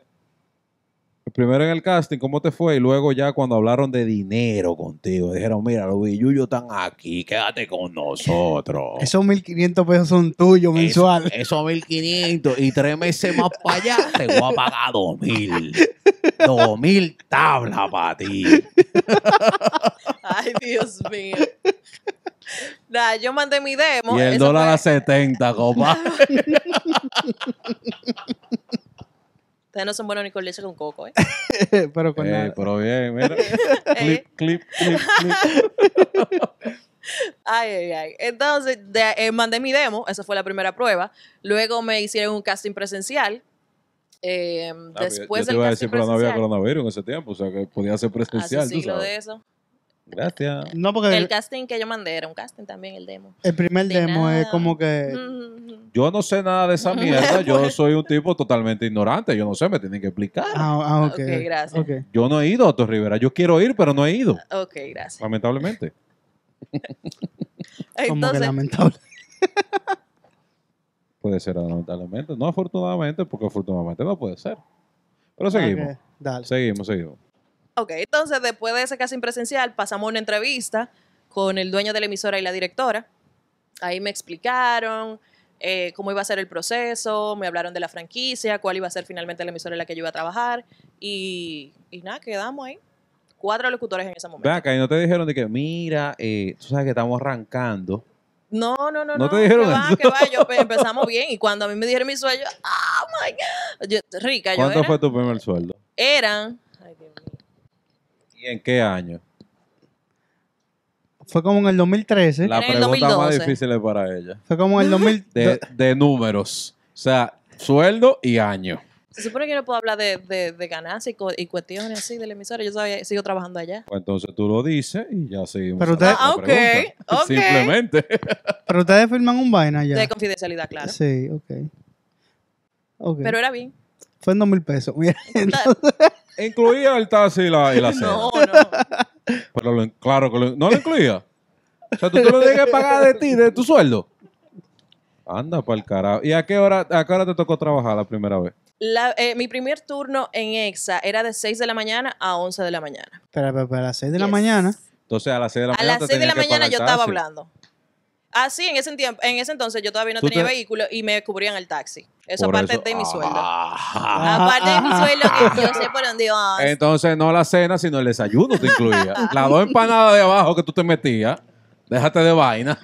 S1: primero en el casting, ¿cómo te fue? Y luego ya cuando hablaron de dinero contigo, dijeron, mira, los billullos están aquí, quédate con nosotros. *laughs*
S2: Esos 1500 pesos son tuyos mensual. *laughs*
S3: Eso 1500 y tres meses más para allá te voy a pagar
S4: *laughs*
S3: 2000. 2000 tablas para ti.
S4: Ay,
S1: *laughs*
S4: Dios mío. Nah, yo mandé mi demo.
S1: Y el
S4: eso
S1: dólar
S4: fue-
S1: a 70, compa.
S4: Ustedes no son buenos ni con leche con coco,
S1: *laughs*
S4: ¿eh?
S2: Pero con
S1: Ey,
S2: nada.
S1: pero bien,
S4: *laughs*
S1: mira.
S4: Eh,
S1: clip, clip, clip,
S4: *laughs*
S1: clip.
S4: Ay, ay, ay. Entonces, de- eh, mandé mi demo, esa fue la primera prueba. Luego me hicieron un casting presencial. Eh, después
S1: Ah, pues, Yo te
S4: del
S1: iba a
S4: casting
S1: decir, pero no había
S4: presencial-
S1: coronavirus en ese tiempo, o sea que podía ser
S4: Hace
S1: presencial, tú
S4: siglo de
S1: sabes.
S4: eso.
S1: Gracias.
S2: No, porque
S4: El
S2: el,
S4: casting que yo mandé era un casting también, el demo.
S2: el primer
S4: de
S2: demo es
S4: nada.
S2: como
S1: Eh,
S2: que.
S4: Mm.
S1: Yo no sé nada de esa mierda,
S4: Pues.
S1: yo soy un tipo totalmente ignorante, yo no sé, me tienen que explicar.
S2: Ah, ah, ok.
S4: *laughs* Ok, gracias.
S2: ok.
S1: Yo no he ido a Otto Rivera. Yo quiero ir, pero no he ido,
S4: Ok, gracias.
S1: lamentablemente.
S2: Como que
S4: Entonces,
S2: lamentable.
S1: Puede ser lamentablemente. No afortunadamente, porque afortunadamente no puede ser. Pero *laughs* seguimos,
S2: Ah, Ok, Dale.
S1: seguimos, seguimos.
S4: ok, entonces después de ese casting presencial pasamos a una entrevista con el dueño de la emisora y la directora. Ahí me explicaron eh, cómo iba a ser el proceso, me hablaron de la franquicia, cuál iba a ser finalmente la emisora en la que yo iba a trabajar y, y nada, quedamos ahí. Cuatro locutores en ese momento.
S1: Ven acá, y no te dijeron de que, mira, eh, tú sabes que estamos arrancando.
S4: No, no, no, no.
S1: ¿No te dijeron
S4: que va,
S1: eso?
S4: que va. Yo, pues, empezamos bien y cuando a mí me dijeron mi sueño, ¡ah, my God! Yo- rica, yo
S1: ¿Cuánto
S4: era.
S1: fue tu primer sueldo?
S4: Eran... Ay, Dios mío.
S1: ¿Y en qué año?
S2: Fue como en el 2013.
S1: La
S4: En el
S1: pregunta más
S4: 2012.
S1: difícil es para ella.
S2: Fue como en el 2000.
S1: *laughs* De, de números. O sea, sueldo y año.
S4: Se supone que yo no puedo hablar de, de, de ganancias y, co- y cuestiones así de la emisora. Yo todavía sigo trabajando allá.
S1: Pues entonces tú lo dices y ya seguimos.
S2: Pero
S1: a la
S2: usted-
S4: Ah,
S1: otra
S4: ok,
S1: pregunta.
S4: ok.
S1: Simplemente.
S4: *laughs*
S2: Pero ustedes firman un vaina ya.
S4: De confidencialidad, claro.
S2: Sí, ok. Ok.
S4: Pero
S1: *laughs*
S4: era bien.
S2: Fue en 2000 pesos. *laughs* Mira,
S1: Incluía el taxi y la, y la cena.
S4: *laughs* No, no.
S1: Pero lo- claro que lo- no lo incluía. O sea, tú te lo tienes que pagar de ti, de tu sueldo. Anda para el carajo. ¿Y a qué, hora, a qué hora te tocó trabajar la primera vez?
S4: La- eh, mi primer turno en EXA era de 6 de la mañana a 11 de la mañana.
S2: espera, espera, espera, a las 6 de la
S4: Yes.
S2: mañana. *laughs*
S1: Entonces a las 6 de la
S4: A
S1: mañana.
S4: las
S1: te
S4: 6 de
S1: tenías
S4: la
S1: que pagar
S4: mañana
S1: el
S4: yo estaba
S1: taxi.
S4: hablando. Ah, sí, en ese, tiempo, en ese entonces yo todavía no
S1: Tú
S4: tenía
S1: te-
S4: vehículo y me cubrían el taxi. Eso
S1: Por
S4: aparte
S1: eso- Ah.
S4: de mi sueldo.
S3: Ajá.
S2: Ah,
S4: Aparte de mi
S2: ah,
S4: sueldo, que yo sé por
S1: *laughs*
S4: dónde iba.
S1: Entonces no la cena, sino el desayuno te incluía. Las dos empanadas de abajo que tú te metías. Déjate de
S4: *laughs*
S1: vaina.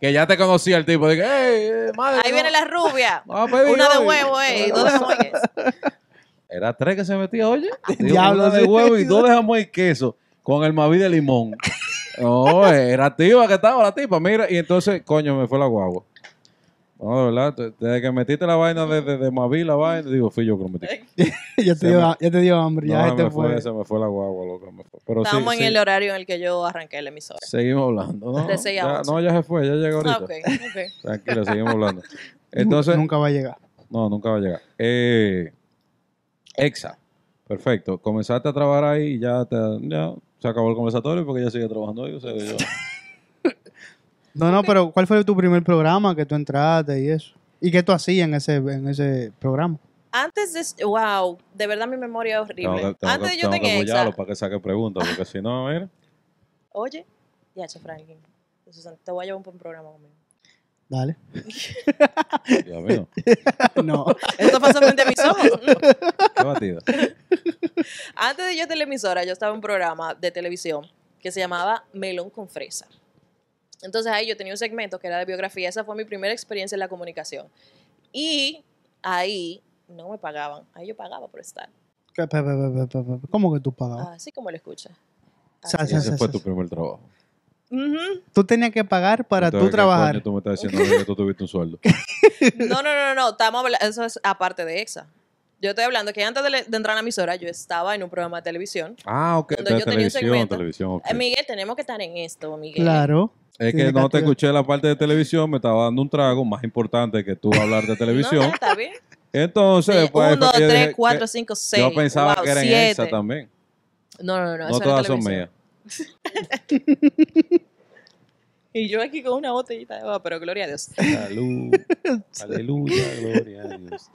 S1: que ya te conocía el tipo. Dije, hey, eh, madre.
S4: Ahí
S1: no-
S4: viene la rubia.
S1: no va a pedir
S4: Una de
S1: hoy".
S4: huevo, eh. y
S1: *laughs*
S4: Dos de jamón y queso.
S1: Era tres que se metía,
S4: *laughs*
S1: oye. Digo,
S2: Diablo,
S1: una de
S2: sí.
S1: huevo y dos de jamón y queso con el maví de limón. No, era tipa que estaba la tipa, mira. Y entonces, coño, me fue la guagua. No, de verdad, te- desde que metiste la vaina de, de, de maví, la vaina, digo, fui yo que lo metí.
S2: ya, te
S1: Se
S2: dio,
S1: me-
S2: ya te dio hambre,
S1: No,
S2: ya
S1: se,
S2: este
S1: me fue,
S2: fue.
S1: se me fue la guagua, loca. me fue. Pero sí,
S4: Estamos en
S1: sí,
S4: el horario en el que yo arranqué la emisora.
S1: seguimos hablando. No,
S4: De seis a
S1: ya,
S4: once.
S1: no, ya se fue, ya llega
S4: Ah,
S1: ahorita.
S4: ok, ok.
S1: Tranquila,
S4: *laughs*
S1: seguimos hablando. Entonces,
S2: Nunca va a llegar.
S1: No, nunca va a llegar. Eh, Exa. Perfecto. Comenzaste a trabajar ahí y ya, te, ya se acabó el conversatorio porque ya sigue trabajando ahí. o sea,
S4: *laughs*
S1: yo-
S2: No, no, pero ¿cuál fue tu primer programa que tú entraste y eso? ¿Y qué tú hacías en ese, en ese programa?
S4: Antes de. s- Wow, de verdad mi memoria es
S1: tengo
S4: horrible.
S1: que, tengo que-
S4: Antes de Ah, yo
S1: tengo que
S4: tener
S1: apoyarlo
S4: exa.
S1: para que saque preguntas porque si no, mira.
S4: Oye, ya, che, Franklin. Susan, Te voy a llevar un buen programa conmigo. *laughs*
S2: Dale.
S1: Dios mío.
S2: No.
S4: Esto pasó
S1: *laughs*
S4: frente a mis ojos.
S1: Qué batida.
S4: Antes de yo estar en la emisora, yo estaba en un programa de televisión que se llamaba Melón con Fresa. Entonces ahí yo tenía un segmento que era de biografía. Esa fue mi primera experiencia en la comunicación. Y ahí no me pagaban. Ahí yo pagaba por estar.
S2: ¿Qué? Pe- pe- pe- pe- pe- pe- ¿Cómo que tú
S1: Ah.
S2: pagabas?
S4: Así como lo escucha.
S2: sea,
S4: Así.
S2: sea,
S1: Ese fue
S2: sí,
S1: tu
S2: sí.
S1: primer trabajo.
S4: Ujú.
S2: Tú tenías que pagar para
S1: Entonces,
S2: tú
S1: ¿qué
S2: trabajar.
S1: coño Tú me estás diciendo que tú tuviste un
S4: *laughs*
S1: sueldo.
S4: No, no, no, no. Estamos habla- eso es aparte de EXA. Yo estoy hablando que antes de, le- de entrar a la emisora, yo estaba en un programa de televisión.
S1: Ah, ok.
S4: Cuando yo
S1: Entonces,
S4: tenía un
S1: televisión,
S4: segmento.
S1: televisión. ok.
S4: Eh, Miguel, tenemos que estar en esto, Miguel.
S2: Claro.
S1: Es
S2: Tiene
S1: que no te
S2: cantidad.
S1: escuché la parte de televisión, me estaba dando un trago más importante que tú hablar de
S4: *laughs* No,
S1: televisión.
S4: ya está
S1: *laughs*
S4: bien.
S1: Entonces,
S4: Eh,
S1: pues,
S4: uno,
S1: fue que yo dije
S4: tres,
S1: que-
S4: cuatro, cinco, seis.
S1: Yo pensaba
S4: wow,
S1: que era en
S4: siete.
S1: esa también.
S4: No, no, no.
S1: No,
S4: eso era
S1: todas son
S4: televisión.
S1: mías.
S4: Y yo aquí con una botellita de agua, pero gloria a Dios.
S1: Salud.
S4: *laughs*
S1: Aleluya, gloria a Dios.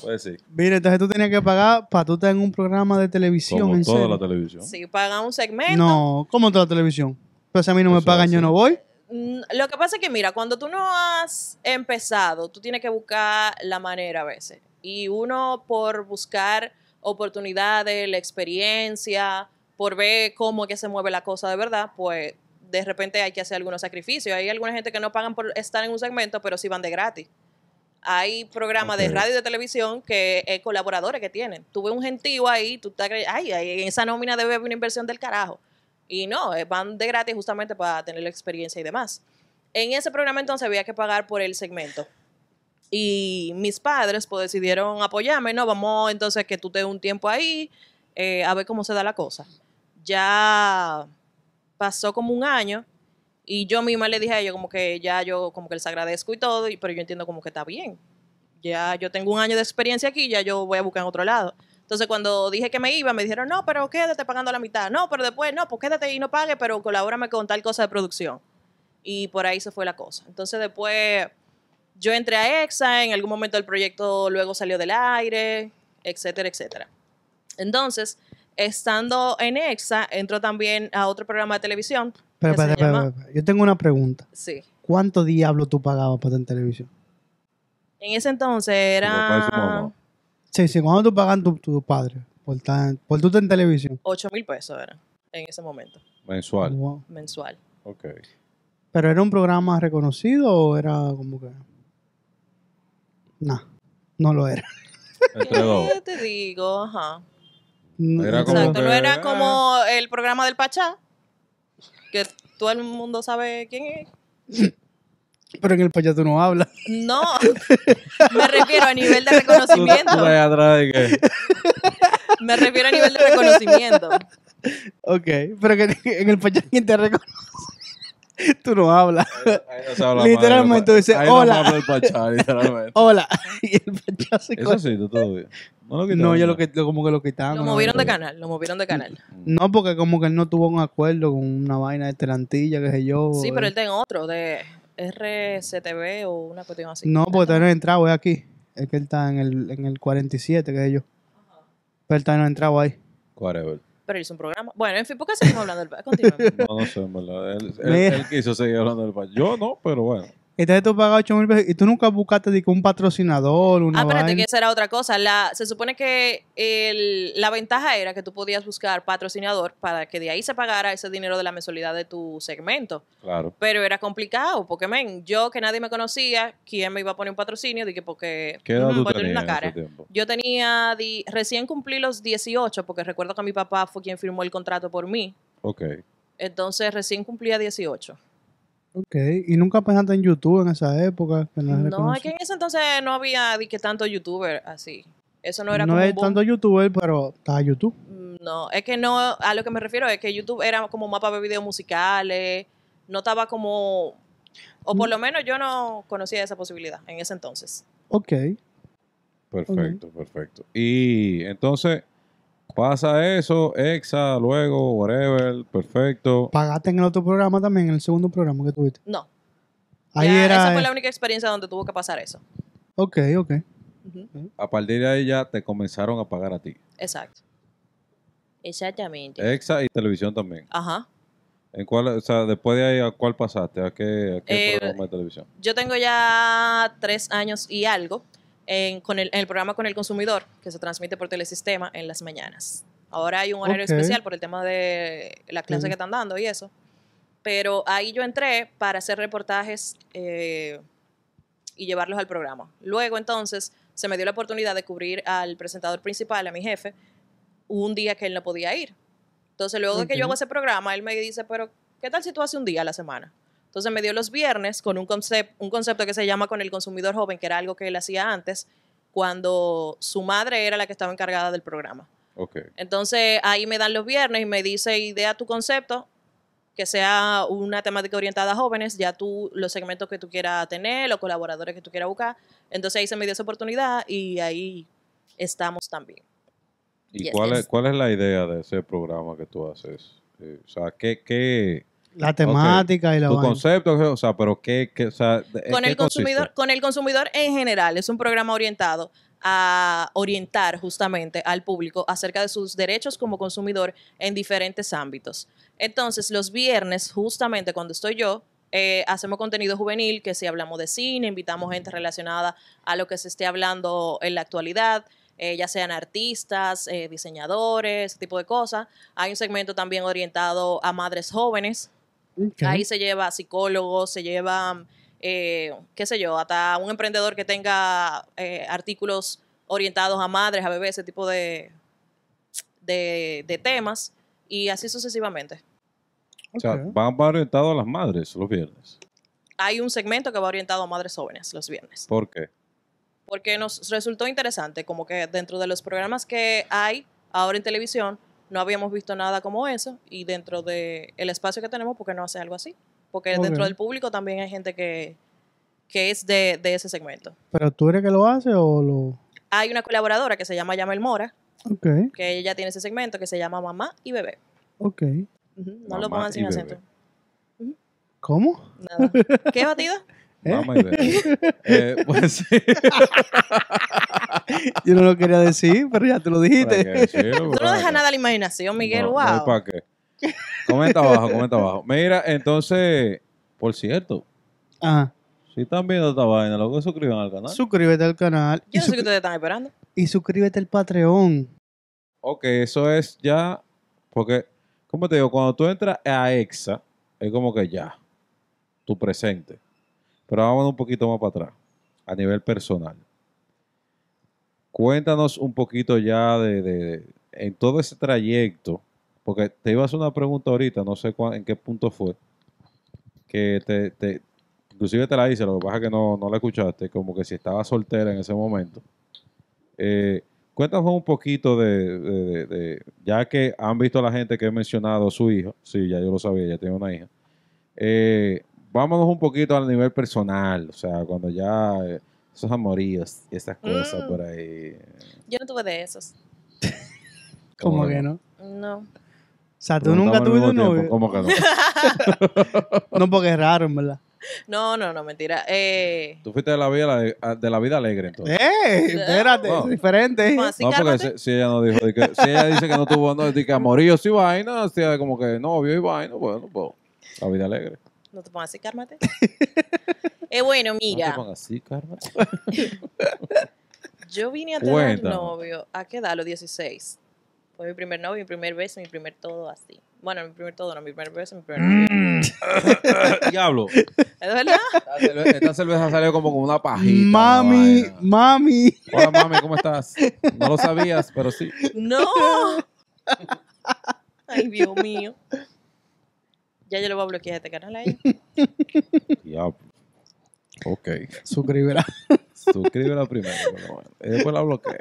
S1: Pues sí,
S2: Mira, entonces tú tenías que pagar para tú estar en un programa de televisión.
S1: como
S2: ¿en
S1: toda la
S2: serio?
S1: televisión.
S4: Si pagan un segmento.
S2: No, ¿cómo toda la televisión? Pues a mí no me
S1: Eso
S2: pagan,
S1: es
S2: yo
S1: así.
S2: no voy.
S4: Mm, Lo que pasa es que, mira, cuando tú no has empezado, tú tienes que buscar la manera a veces. Y uno por buscar oportunidades, la experiencia, por ver cómo es que se mueve la cosa de verdad, pues de repente hay que hacer algunos sacrificios. Hay alguna gente que no pagan por estar en un segmento, pero sí van de gratis. Hay programas
S1: Ok.
S4: de radio y de televisión que eh, colaboradores que tienen. Tú ves un gentío ahí, tú estás, cre- ay, ay, en esa nómina debe haber una inversión del carajo. Y no, eh, van de gratis justamente para tener la experiencia y demás. En ese programa entonces había que pagar por el segmento. Y mis padres pues decidieron apoyarme, ¿no? Vamos entonces que tú te dé un tiempo ahí, eh, a ver cómo se da la cosa. Ya pasó como un año y yo misma le dije a ellos como que ya yo como que les agradezco y todo, y- pero yo entiendo como que está bien. Ya yo tengo un año de experiencia aquí, ya yo voy a buscar en otro lado. Entonces cuando dije que me iba, me dijeron, no, pero quédate pagando la mitad. No, pero después, no, pues quédate y no pague, pero colabórame con tal cosa de producción. Y por ahí se fue la cosa. Entonces después yo entré a EXA, en algún momento el proyecto luego salió del aire, etcétera, etcétera. Entonces, estando en EXA, entró también a otro programa de televisión.
S2: Pero,
S4: que se
S2: espérate, espérate,
S4: llama-
S2: espérate. Yo tengo una pregunta.
S4: Sí.
S2: ¿Cuánto diablo tú pagabas para estar en televisión?
S4: En ese entonces
S1: papá y su mamá.
S4: era
S2: Sí, sí, ¿cuánto tú pagan tu, tu padre por, estar- por tú estar en televisión?
S4: 8 mil pesos era en ese momento,
S1: Mensual.
S2: Wow.
S4: mensual.
S1: Ok.
S2: ¿Pero era un programa reconocido o era como que...? Nah, no lo era.
S4: *laughs*
S1: Entre dos.
S4: ¿Qué te digo? Ajá.
S2: No-
S1: Era como
S4: Exacto,
S1: que-
S4: no era como el programa del Pachá, que todo el mundo sabe quién es.
S2: Pero en el payaso no habla.
S1: *laughs*
S4: No, me refiero a nivel
S1: Tú,
S4: de
S1: tú
S4: reconocimiento.
S1: estás atrás de que...
S4: Me refiero a nivel de reconocimiento.
S2: *laughs* Ok, pero que *laughs* en el payaso quien te reconoce, *laughs* tú no hablas.
S1: Ahí no se habla más,
S2: Literalmente,
S1: ahí no-
S2: dice,
S1: ahí no
S2: "Hola".
S1: habla el pachá,
S4: *laughs*
S1: literalmente.
S2: Hola. *laughs* Y el payaso...
S1: Eso sí, tú todavía. No, lo
S2: no,
S1: quitaron,
S2: yo lo que, como que lo quitaron.
S4: Lo
S2: ¿no?
S4: movieron de canal, lo movieron de canal.
S2: No, porque como que él no tuvo un acuerdo con una vaina de telantilla, qué sé yo.
S4: Sí, pero
S2: eh.
S4: él está en otro, de RCTV o una cuestión así.
S2: No, pues, porque todavía no ha entrado, es aquí. Es que él está en el, en el 47, qué sé yo. Pero él todavía no ha entrado ahí.
S1: Whatever.
S4: Pero él hizo un programa. Bueno, en fin, ¿por qué seguimos hablando del Pachá? Continuemos.
S1: No, no sé, en verdad. Él, él-
S2: Mira.
S1: él quiso seguir hablando del pachá. Yo no, pero bueno.
S2: Entonces Este tú pagas 8 mil pesos y tú nunca buscaste de que un patrocinador, una
S4: Ah, espérate,
S2: vaina.
S4: que esa era otra cosa. La, se supone que el- la ventaja era que tú podías buscar patrocinador para que de ahí se pagara ese dinero de la mensualidad de tu segmento.
S1: Claro.
S4: Pero era complicado, porque men, yo que nadie me conocía, ¿quién me iba a poner un patrocinio? Dije, porque
S1: ¿Qué edad
S4: mm,
S1: tú
S4: ponerle
S1: tenías
S4: una
S1: en
S4: cara.
S1: ese tiempo?
S4: Yo tenía, di- recién cumplí los 18, porque recuerdo que mi papá fue quien firmó el contrato por mí.
S1: Ok.
S4: Entonces recién cumplía 18.
S2: Ok, y nunca pensaste en YouTube en esa época. que no,
S4: No, es que en ese entonces no había di que tanto youtuber así. Eso no
S2: no,
S4: era como
S2: es
S4: un boom. Mm,
S2: tanto youtuber, pero está YouTube.
S4: No, es que no, a lo que me refiero es que YouTube era como mapa de videos musicales, no estaba como, o por lo menos yo no conocía esa posibilidad en ese entonces.
S2: Ok.
S1: Perfecto, perfecto. Y entonces pasa eso, exa, luego, whatever, perfecto.
S2: Pagaste en el otro programa también, en el segundo programa que tuviste.
S4: No,
S2: Ahí
S4: ya
S2: era.
S4: esa fue
S2: eh,
S4: la única experiencia donde tuvo que pasar eso.
S2: Ok, ok.
S4: Ujú,
S1: A partir de ahí ya te comenzaron a pagar a ti.
S4: Exacto. Exactamente.
S1: Exa y televisión también.
S4: Ajá.
S1: ¿En cuál, o sea, después de ahí a cuál pasaste? ¿A qué, a qué
S4: Eh,
S1: programa de televisión?
S4: Yo tengo ya tres años y algo en, con el, en el programa con el consumidor que se transmite por telesistema en las mañanas. Ahora hay un horario
S2: Ok.
S4: especial por el tema de la clase
S2: Sí.
S4: que están dando y eso. Pero ahí yo entré para hacer reportajes eh, y llevarlos al programa. Luego entonces se me dio la oportunidad de cubrir al presentador principal, a mi jefe, un día que él no podía ir. Entonces, luego de que
S2: Ok.
S4: yo hago ese programa, él me dice, pero ¿qué tal si tú haces un día a la semana? Entonces me dio los viernes con un, concep- un concepto que se llama con el consumidor joven, que era algo que él hacía antes, cuando su madre era la que estaba encargada del programa.
S1: Ok.
S4: Entonces ahí me dan los viernes y me dice, idea tu concepto, que sea una temática orientada a jóvenes, ya tú los segmentos que tú quieras tener, los colaboradores que tú quieras buscar. Entonces ahí se me dio esa oportunidad y ahí estamos también.
S1: ¿Y
S4: Yes,
S1: cuál, Es,
S4: yes.
S1: cuál es la idea de ese programa que tú haces? Eh, o sea, ¿qué, qué
S2: La temática y la
S1: tu
S2: vaina.
S1: concepto? O sea, pero qué, qué o sea, de- eh,
S4: con
S1: ¿qué consiste?
S4: el consumidor con el consumidor en general es un programa orientado a orientar justamente al público acerca de sus derechos como consumidor en diferentes ámbitos. Entonces, los viernes, justamente cuando estoy yo, eh, hacemos contenido juvenil, que si hablamos de cine, invitamos gente relacionada a lo que se esté hablando en la actualidad, eh, ya sean artistas, eh, diseñadores, ese tipo de cosas. Hay un segmento también orientado a madres jóvenes,
S2: Ok.
S4: Ahí se lleva psicólogos, se lleva, eh, qué sé yo, hasta un emprendedor que tenga eh, artículos orientados a madres, a bebés, ese tipo de, de, de temas, y así sucesivamente.
S1: O sea,
S2: Ok.
S1: van van orientados a las madres los viernes.
S4: Hay un segmento que va orientado a madres jóvenes los viernes,
S1: ¿Por qué?
S4: porque nos resultó interesante, como que dentro de los programas que hay ahora en televisión, no habíamos visto nada como eso, y dentro del el espacio que tenemos, ¿por qué no hace algo así? Porque
S2: Ok.
S4: dentro del público también hay gente que, que es de, de ese segmento.
S2: ¿Pero tú eres que lo hace o lo...?
S4: hay una colaboradora que se llama Yamel Mora,
S2: Ok,
S4: que ella tiene ese segmento que se llama Mamá y Bebé.
S2: ok.
S4: Ujú, No
S1: Mamá
S4: lo pongan sin
S1: y Bebé.
S4: acento.
S2: ¿Cómo?
S4: Nada. ¿Qué batida?
S2: ¿Eh?
S1: Mamá y
S2: *laughs*
S1: bebé. Eh, pues sí.
S2: Yo no lo quería decir, *laughs* pero ya te lo
S1: ¿Para
S2: dijiste.
S1: qué decirlo?
S4: Tú no
S1: ¿Para
S4: dejas
S1: qué?
S4: nada a la imaginación, Miguel.
S1: No, no hay
S4: wow.
S1: pa' qué. Comenta abajo, comenta abajo. Mira, entonces, por cierto,
S2: Ajá.
S1: si están viendo esta vaina, lo que suscriban al canal.
S2: Suscríbete al canal y,
S4: Yo no sé
S2: suscri-
S4: qué ustedes están esperando.
S2: y suscríbete al Patreon.
S1: ok, eso es ya, porque, como te digo, cuando tú entras a EXA, es como que ya, tu presente. Pero vamos un poquito más para atrás, a nivel personal. Cuéntanos un poquito ya de, de- de- en todo ese trayecto, porque te iba a hacer una pregunta ahorita, no sé cuán- en qué punto fue, que te, te- inclusive te la hice, lo que pasa es que no, no la escuchaste, como que si estaba soltera en ese momento. Eh, Cuéntanos un poquito de, de- de- de- ya que han visto la gente que he mencionado su hijo, sí, ya yo lo sabía, ya tiene una hija. Eh, vámonos un poquito al nivel personal, o sea, cuando ya eh, esos amoríos y esas cosas
S4: Mm.
S1: por ahí.
S4: Yo no tuve de esos.
S2: ¿Cómo
S1: Bueno,
S2: que no? O
S1: *laughs*
S4: No.
S2: sea, tú
S1: preguntamos
S2: nunca
S1: al
S2: tuviste
S1: mismo
S2: un
S1: tiempo,
S2: novio.
S1: ¿Cómo que no?
S2: No, porque es raro,
S1: *laughs*
S2: en verdad.
S4: No, no, no, mentira. Eh,
S1: Tú fuiste de la vida, ale- de la vida alegre
S2: Eh,
S1: entonces.
S2: ¡Ey! Espérate,
S1: No.
S2: es diferente.
S4: Juan,
S1: *laughs*
S4: sí,
S1: no, porque
S4: cálmate.
S1: si, si ella no dijo, de que- si ella dice que no tuvo no, de que amoríos y vaina, o sea, como que novio y vaina, bueno, pues la vida alegre.
S4: No te pongas así, cálmate. eh,
S1: *laughs*
S4: bueno,
S1: No te
S4: mira,
S1: pongas así, Carmen.
S4: yo vine a tener
S1: Cuéntame.
S4: novio a qué edad, a los 16. Fue mi primer novio, mi primer beso, mi primer todo así. Bueno, mi primer todo, no, mi primer beso, mi primer novio.
S1: *coughs* Mm. Diablo.
S4: ¿Es
S1: *laughs*
S4: verdad?
S1: Esta cerve- Esta cerveza salió como con una pajita.
S2: Mami,
S1: una vaina.
S2: mami.
S1: *laughs* Hola, mami, ¿cómo estás? No lo sabías, pero sí.
S4: No. *laughs* Ay, Dios mío. Ya yo le voy a bloquear este canal ahí.
S1: Diablo. Ok.
S2: Suscríbete.
S1: Suscríbela primero. pero bueno. Y después la bloquea.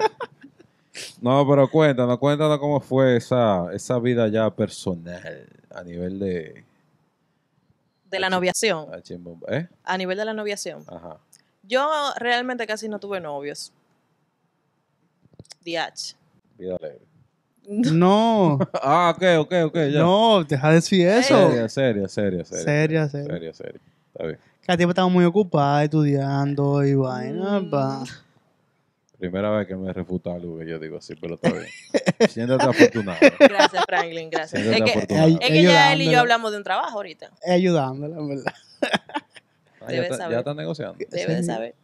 S1: No, pero cuéntanos, cuéntanos cómo fue esa, esa vida ya personal a nivel de...
S4: De la noviación.
S1: ah, chimbomba, ¿Eh?
S4: A nivel de la noviación.
S1: Ajá.
S4: Yo realmente casi no tuve novios. DH.
S1: Vida alegre.
S2: No,
S1: Ah, ok, ok, ok. *laughs* Ya.
S2: no, deja de decir eso.
S1: Seria, seria, seria, seria.
S2: Seria, seria.
S1: Seria, seria. Está bien.
S2: Que a ti estaba muy ocupada estudiando y vaina,
S4: Mm.
S2: pa.
S1: Primera vez que me refuta algo que yo digo así, pero está
S4: *laughs*
S1: bien. Siéntate afortunado.
S4: Gracias, Franklin. Gracias.
S1: Siéntate
S4: Es que,
S1: afortunado.
S2: Ay,
S4: es que ya él y
S2: Ayudándola.
S4: yo hablamos de un trabajo ahorita.
S2: Ayudándola, en verdad.
S1: Ah, ya,
S4: Debes
S1: está, ya
S4: saber.
S1: están negociando.
S4: Debe de
S2: Sí.
S4: saber.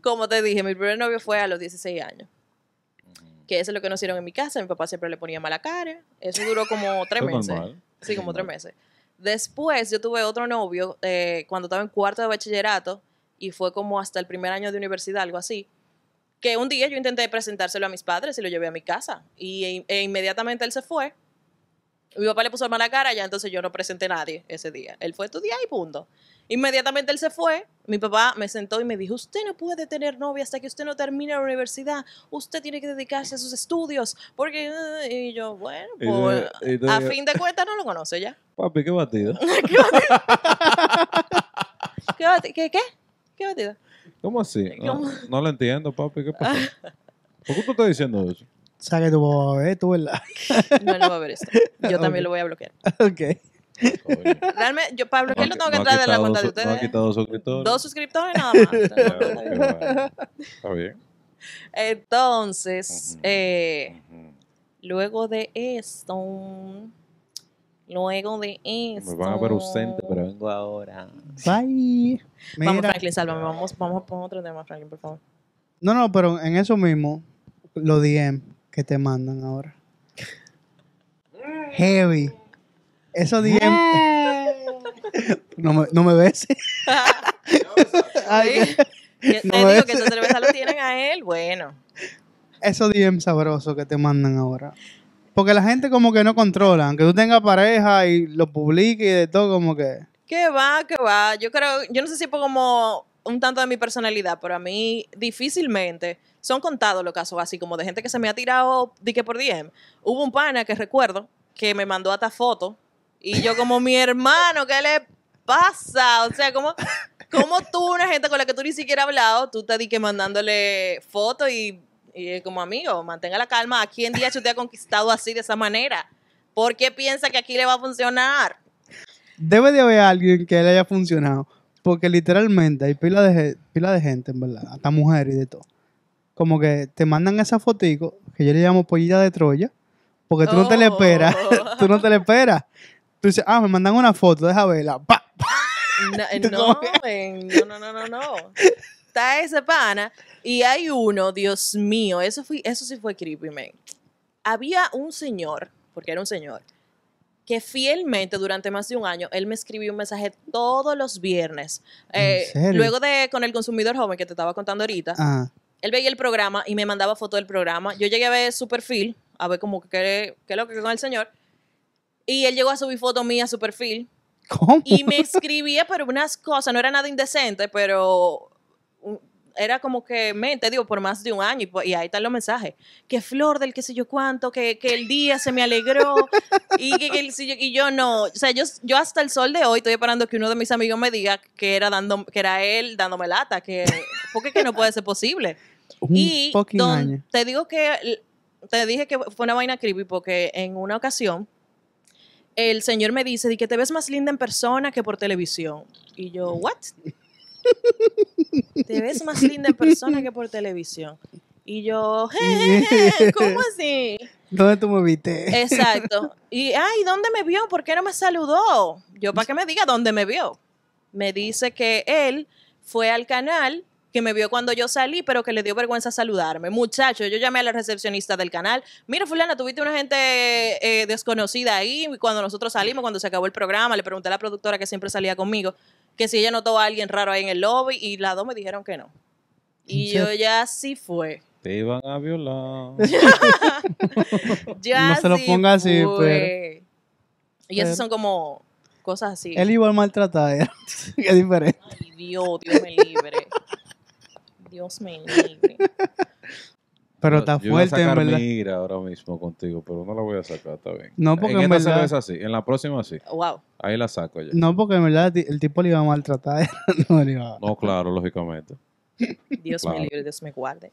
S4: Como te dije, mi primer novio fue a los 16 años. Que eso es lo que nos hicieron en mi casa. Mi papá siempre le ponía mala cara. Eso duró como tres
S1: Eso es
S4: meses.
S1: normal.
S4: Sí, como tres
S1: Normal.
S4: meses. Después yo tuve otro novio eh, cuando estaba en cuarto de bachillerato y fue como hasta el primer año de universidad, algo así, que un día yo intenté presentárselo a mis padres y lo llevé a mi casa y e- e inmediatamente él se fue. Mi papá le puso mala cara, ya entonces yo no presenté a nadie ese día. Él fue a estudiar y punto. Inmediatamente él se fue, mi papá me sentó y me dijo, usted no puede tener novia hasta que usted no termine la universidad, usted tiene que dedicarse a sus estudios, porque... eh, Y yo, bueno,
S1: Y
S4: pues
S1: te- y te
S4: a
S1: digo,
S4: fin de cuentas no lo
S1: *laughs*
S4: conoce ya.
S1: Papi, qué batida.
S4: ¿Qué, bati- qué, qué? ¿Qué batida?
S1: ¿Cómo
S4: *laughs*
S1: así? No,
S4: ¿Cómo?
S1: no lo entiendo, papi. ¿Qué pasa?
S4: *laughs*
S1: ¿Por qué tú estás diciendo eso?
S2: Sabe que tu papá va a ver, tú, ¿verdad? *laughs*
S4: No, él no va a ver esto. Yo también
S2: Ok.
S4: lo voy a bloquear.
S2: ok.
S1: Coño.
S4: Realmente, yo para bloquear lo tengo que
S1: ha
S4: entrar de la
S1: quitado
S4: cuenta
S1: su-
S4: de
S1: No ha
S4: ustedes.
S1: quitado suscriptores.
S4: Dos suscriptores nada
S1: *laughs*
S4: más.
S1: Ya, qué bueno. Está
S4: *laughs*
S1: bien.
S4: Entonces,
S1: Ujú.
S4: eh,
S1: Ujú.
S4: luego de esto, luego de esto.
S1: Me van a ver ausente, pero vengo ahora.
S2: *laughs* Bye.
S4: Vamos,
S2: Mira,
S4: Franklin, sálvame. Vamos, vamos a poner otro tema, Franklin, por favor.
S2: no, no, pero en eso mismo, los DM que te mandan ahora. Heavy. Esos DM. no, me, no me beses. Ay,
S4: Sí. *laughs* Yo
S2: *laughs*
S4: te
S2: No
S4: digo
S2: es.
S4: que esa cerveza lo tienen a él. Bueno,
S2: esos DM sabrosos que te mandan ahora. Porque la gente como que no controla, aunque tú tengas pareja y lo publiques y de todo, como que...
S4: que va, que va. Yo creo, yo no sé si por como un tanto de mi personalidad, pero a mí difícilmente son contados los casos así como de gente que se me ha tirado di que por DM. Hubo un pana que recuerdo que me mandó hasta foto y yo como mi hermano, ¿qué le pasa? O sea, como como tú una gente con la que tú ni siquiera has hablado, tú te di que mandándole fotos y, y es como amigo, mantenga la calma, ¿a quién día te ha conquistado así de esa manera? ¿Por qué piensa que aquí le va a funcionar?
S2: Debe de haber alguien que le haya funcionado. Porque literalmente hay pila de, ge- pila de gente, en verdad, hasta mujeres y de todo. Como que te mandan esa fotico, que yo le llamo pollita de Troya, porque tú no te la
S4: Oh.
S2: esperas. *laughs* tú no te la esperas. Tú dices, ah, me mandan una foto, deja verla. Pa,
S4: *laughs*
S2: pa. *laughs*
S4: No, eh,
S2: ¿Tú
S4: no,
S2: cómo que?
S4: men, no, no, no, no, no. Está ese pana y hay uno, Dios mío, eso, fui, eso sí fue creepy, man. Había un señor, porque era un señor, que fielmente durante más de un año, él me escribió un mensaje todos los viernes.
S2: ¿En
S4: Eh,
S2: serio?
S4: luego de con el consumidor joven que te estaba contando ahorita,
S2: Ah,
S4: él veía el programa y me mandaba fotos del programa. Yo llegué a ver su perfil, a ver como que qué qué es lo que con el señor. Y él llegó a subir foto mía a su perfil
S2: *laughs* ¿cómo?
S4: y me escribía pero unas cosas, no era nada indecente, pero um, era como que mente, digo, por más de un año, y, po- y ahí están los mensajes, que flor del qué sé yo cuánto, que, que el día se me alegró, *laughs* y, que, que el- si yo- y yo no, o sea, yo, yo hasta el sol de hoy estoy esperando que uno de mis amigos me diga que era, dando, que era él dándome lata, que, porque que no puede ser posible.
S2: Un
S4: Y
S2: fucking
S4: don-
S2: año.
S4: te digo que l- te dije que fue una vaina creepy porque en una ocasión el señor me dice di que te ves más linda en persona que por televisión. Y yo,
S2: Mm.
S4: ¿what? te ves más linda en persona que por televisión. Y yo, "Je, je,
S2: *laughs*
S4: je, ¿cómo así?
S2: ¿Dónde tú me viste?
S4: Eh. Exacto. Y, ay, ¿dónde me vio? ¿Por qué no me saludó? Yo, para que me diga dónde me vio. Me dice que él fue al canal, que me vio cuando yo salí, pero que le dio vergüenza saludarme. Muchacho, yo llamé a la recepcionista del canal. Mira, fulana, tuviste una gente eh, desconocida ahí. Y Cuando nosotros salimos, cuando se acabó el programa, le pregunté a la productora que siempre salía conmigo, que si ella notó a alguien raro ahí en el lobby, y las dos me dijeron que no. Y yo ya sí fue.
S1: Te iban a violar.
S4: Ya
S2: No se lo
S4: sí
S2: ponga así, pues.
S4: fue. Y
S2: pero-
S4: esas son como cosas así.
S2: *laughs* Él iba a maltratar, ¿eh? *laughs* Qué diferente.
S4: Ay, Dios, Dios me libre. Dios me libre.
S2: *laughs* Pero está
S1: Yo iba a
S2: fuerte, en
S1: sacar
S2: verdad.
S1: mi ira ahora mismo contigo, pero no la voy a sacar, está bien.
S2: No, porque
S1: en
S2: en
S1: esta
S2: verdad-
S1: cerveza sí, en la próxima sí.
S4: Wow.
S1: Ahí la saco ya.
S2: No, porque en verdad ti- el tipo le iba a maltratar. *laughs* no le iba a-
S1: No, claro, lógicamente.
S4: Dios
S1: Wow.
S4: me libre, Dios me guarde.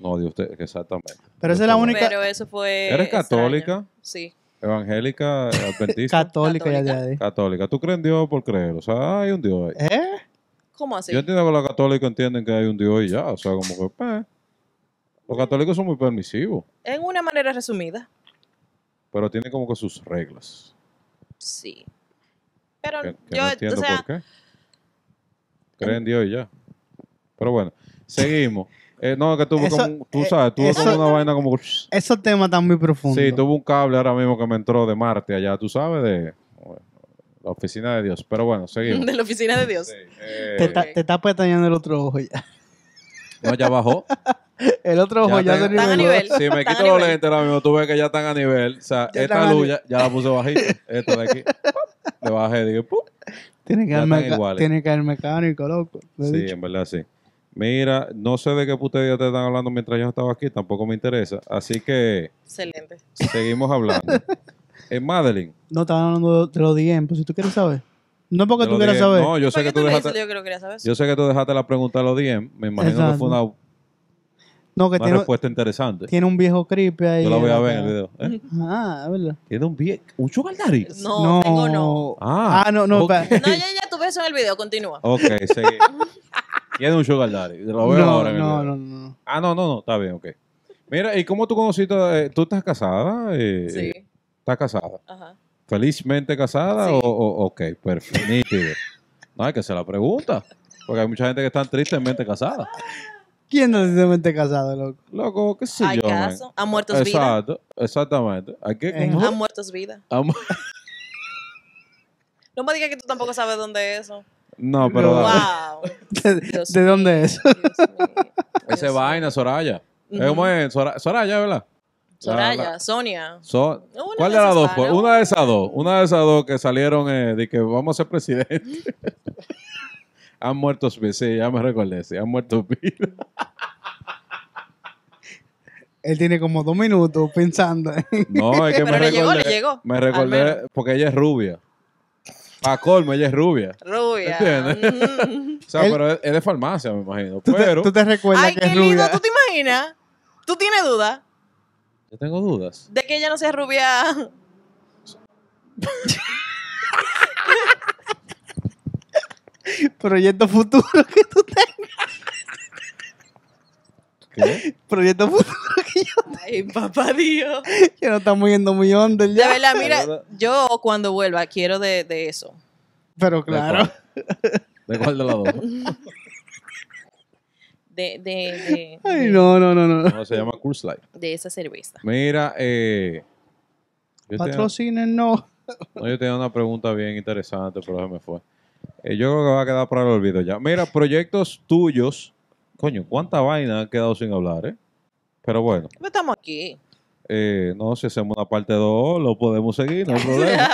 S1: No, de usted, exactamente.
S2: Pero esa es la
S1: Pero-
S2: única
S4: Pero eso fue.
S1: ¿Eres
S4: extraño.
S1: católica?
S4: Sí.
S1: Evangélica, adventista,
S2: católica, ya
S4: Católica.
S2: te dije.
S1: católica. ¿Tú crees en Dios por creer? O sea, hay un Dios ahí.
S2: ¿Eh?
S4: ¿Cómo así?
S1: Yo entiendo que los católicos entienden que hay un Dios y ya. O sea, como que, eh. Los católicos son muy permisivos,
S4: En una manera resumida.
S1: pero tienen como que sus reglas.
S4: Sí. Pero
S1: que, que
S4: yo,
S1: no entiendo
S4: o sea,
S1: por qué. Creen en Dios y ya. Pero bueno, seguimos. *laughs* Eh, no, que tuvo
S2: Eso-
S1: como, un- tú
S2: eh,
S1: sabes, tuvo
S2: eso-
S1: como una vaina como... Sí,
S2: Esos temas están muy profundos.
S1: tuvo un cable ahora mismo que me entró de Marte allá, tú sabes, de... La oficina de Dios. Pero bueno, *laughs* seguimos.
S4: *laughs* de la oficina de Dios.
S1: Sí, eh,
S2: Te, está- te está pestañando el otro ojo ya. *laughs*
S1: no, ya bajó.
S2: El otro ojo
S1: Ya
S2: ya,
S1: te-
S2: se
S1: Están
S4: a
S2: niveló.
S4: nivel.
S1: Si me
S4: Están
S1: quito
S4: a
S1: los
S4: nivel.
S1: lentes ahora mismo, tú ves que ya están a nivel. O sea,
S2: Ya están
S1: esta
S2: a
S1: luz
S2: ni-
S1: ya, ya la puse
S2: *laughs*
S1: bajita. Esta de aquí. Le bajé y dije, ¡pum!
S2: *laughs* Tiene que
S1: Ya
S2: haber
S1: están
S2: meca-
S1: iguales.
S2: tiene que haber mecánico, loco. Lo he
S1: Sí,
S2: dicho.
S1: en verdad sí. Mira, no sé de qué putería te están hablando mientras yo no estaba aquí, tampoco me interesa. Así que
S4: Excelente.
S1: seguimos
S2: *laughs*
S1: hablando. En Madeline.
S2: No estaba hablando de los DM, pues si tú quieres saber. No porque
S1: te
S2: tú
S1: lo
S2: quieras
S1: dije.
S2: saber.
S1: No, yo sé
S4: ¿Para
S1: que
S4: qué
S1: tú
S4: tú le dices?
S1: dejaste,
S4: Yo creo que quería saber.
S1: yo sé que tú dejaste la pregunta a los DM. Me imagino que fue una,
S2: No, que
S1: una
S2: Pues tiene,
S1: respuesta interesante.
S2: tiene un viejo creepy ahí.
S1: Yo la voy a
S2: en
S1: ver en el
S2: cara.
S1: video.
S2: *laughs*
S1: ¿Eh?
S2: Ah, es verdad.
S1: Tiene un bien, un sugar daddy?
S4: No, tengo no.
S1: Ah,
S2: Ah, no, no,
S1: ok.
S2: espera.
S4: No, ya, ya, tú ves eso en el video, continúa.
S1: Ok,
S4: *laughs*
S1: seguimos. Tiene un sugar daddy. Lo veo
S2: no,
S1: ahora en el
S2: no,
S1: video.
S2: no, no, no.
S1: Ah, no, no, no, está bien, ok. Mira, ¿y cómo tú conociste? eh, ¿Tú estás casada? Eh,
S4: Sí.
S1: ¿Estás casada?
S4: Ajá.
S1: ¿Felizmente casada?
S4: Sí.
S1: O, o- ok, perfecto.
S4: *laughs*
S1: nítido. No, hay que hacer la pregunta. Porque hay mucha gente que está tristemente casada.
S2: ¿Quién no se mete casado, loco? *laughs*
S1: Loco, qué sé
S4: Hay
S1: yo, man.
S4: caso. A muertos vida.
S1: Exacto, exactamente. Hay que...
S2: Eh,
S4: A
S1: ¿cómo?
S4: muertos vida.
S1: Am-
S4: No me digas que tú tampoco sabes dónde es eso.
S1: No, pero...
S2: Wow.
S1: dale.
S4: Wow.
S2: ¿De,
S4: Dios
S2: de dónde es?
S4: Dios mío.
S1: Ese
S4: Dios
S1: vaina, Soraya. Es como
S4: Ujú.
S1: es? Sora- Soraya, ¿verdad? La-
S4: Soraya,
S1: la-
S4: Sonia.
S1: So-
S4: Una
S1: ¿Cuál de
S4: esas
S1: las dos
S4: varas.
S1: fue? Una de esas dos. Una de esas dos que salieron eh, de que vamos a ser presidente. *laughs* han muerto, sí, sí, ya me recordé, sí, han muerto.
S2: Él tiene como dos minutos pensando. ¿eh?
S1: No, es que me
S4: Pero le llegó,
S1: recordé.
S4: le llegó.
S1: Me
S4: Al
S1: recordé
S4: menos.
S1: porque ella es rubia. Pa' colmo, ella es rubia.
S4: Rubia. Mm.
S1: O sea,
S2: Él-
S1: pero es, es de farmacia, me imagino.
S2: *laughs* ¿Tú, te,
S1: pero
S2: tú te recuerdas
S4: Ay,
S2: que
S4: qué
S2: es
S4: lindo.
S2: rubia.
S4: ¿Tú te imaginas? ¿Tú tienes duda
S1: yo tengo dudas.
S4: de que ella no sea rubia?
S2: *laughs* Proyecto futuro *laughs* que tú te...
S1: ¿Qué?
S2: Proyecto futuro que yo,
S4: Ay, papá Dios.
S2: que no estamos yendo muy hondo
S4: De
S2: ya.
S4: verdad, mira,
S1: verdad.
S4: yo cuando vuelva quiero de, de eso.
S2: Pero *laughs* claro.
S1: ¿De cuál de las dos?
S4: De, de, de,
S2: Ay,
S4: de-
S2: no, no, no, no.
S1: No, se llama Curse Light.
S4: de esa cerveza.
S1: Mira, eh. yo tengo-
S2: Patrocinen no.
S1: No, yo tenía una pregunta bien interesante, pero se me fue. Eh, yo creo que va a quedar para el olvido ya. Mira, proyectos tuyos. Coño, ¿cuánta vaina ha quedado sin hablar, eh? Pero bueno,
S4: Pero Estamos aquí.
S1: eh, no, si hacemos una parte 2, lo podemos seguir, no hay problema.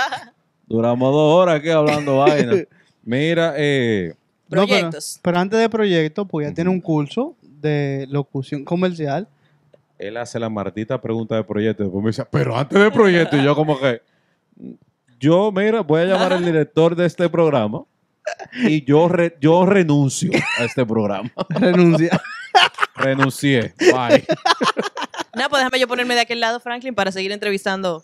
S1: Duramos dos horas aquí hablando vaina. Mira, eh,
S2: No, pero-
S4: Proyectos.
S2: pero, antes de proyecto, pues ya
S1: Ujú.
S2: tiene un curso de locución comercial. *laughs*
S1: él hace la maldita pregunta de proyecto. y Después me dice, pero antes de proyecto, y yo como que... Yo, mira, voy a llamar al director de este programa y yo, re- yo renuncio a este programa.
S2: Renuncia.
S1: Renuncié. Bye.
S4: Nada, pues déjame yo ponerme de aquel lado, Franklin, para seguir entrevistando.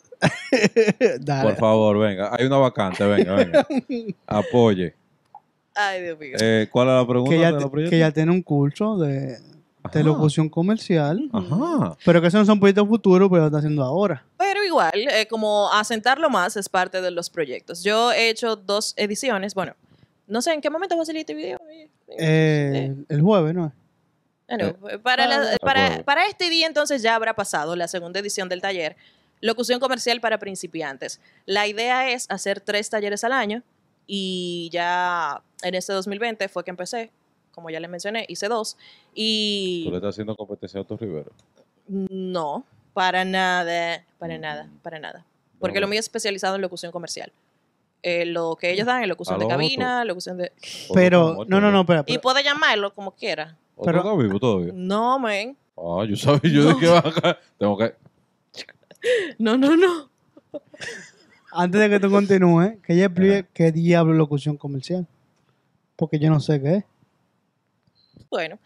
S2: Dale.
S1: Por favor, venga. Hay una vacante, venga, venga. Apoye.
S4: Ay, Dios mío.
S1: Eh, ¿Cuál es la pregunta
S2: que, ya,
S1: de los
S2: te-
S1: proyectos?
S2: que ya tiene un curso de,
S1: Ajá.
S2: de locución comercial.
S1: Ajá.
S2: Pero que esos no son proyectos futuros, pero lo está haciendo ahora.
S4: Pero igual, eh, como asentarlo más es parte de los proyectos. Yo he hecho dos ediciones. Bueno, no sé en qué momento va a salir este video. Eh,
S2: Eh, El jueves, ¿no?
S4: Bueno, para, la-
S1: Ah.
S4: para,
S1: Acuerdo.
S4: para este día entonces ya habrá pasado la segunda edición del taller, locución comercial para principiantes. La idea es hacer tres talleres al año y ya en este 2020 fue que empecé, como ya les mencioné, hice dos
S1: Tú
S4: y
S1: le estás haciendo competencia a Otto Rivero.
S4: no, para nada, para nada, para nada. Porque
S1: No.
S4: lo mío es especializado en locución comercial. Eh, lo que ellos dan es locución
S1: A
S4: de
S1: lo
S4: cabina, locución de...
S2: Pero, no, no, no,
S1: Ah,
S2: espera.
S4: Y
S2: espera.
S4: puede llamarlo como quiera.
S1: ¿Otto
S2: pero-
S1: está vivo todavía?
S4: No, men.
S1: Ah, yo sabía. Yo de que baja. Tengo que...
S4: No, no, no.
S2: Antes de que tú continúes, que ella explique qué diablo es locución comercial. Porque yo no sé qué es.
S4: Bueno,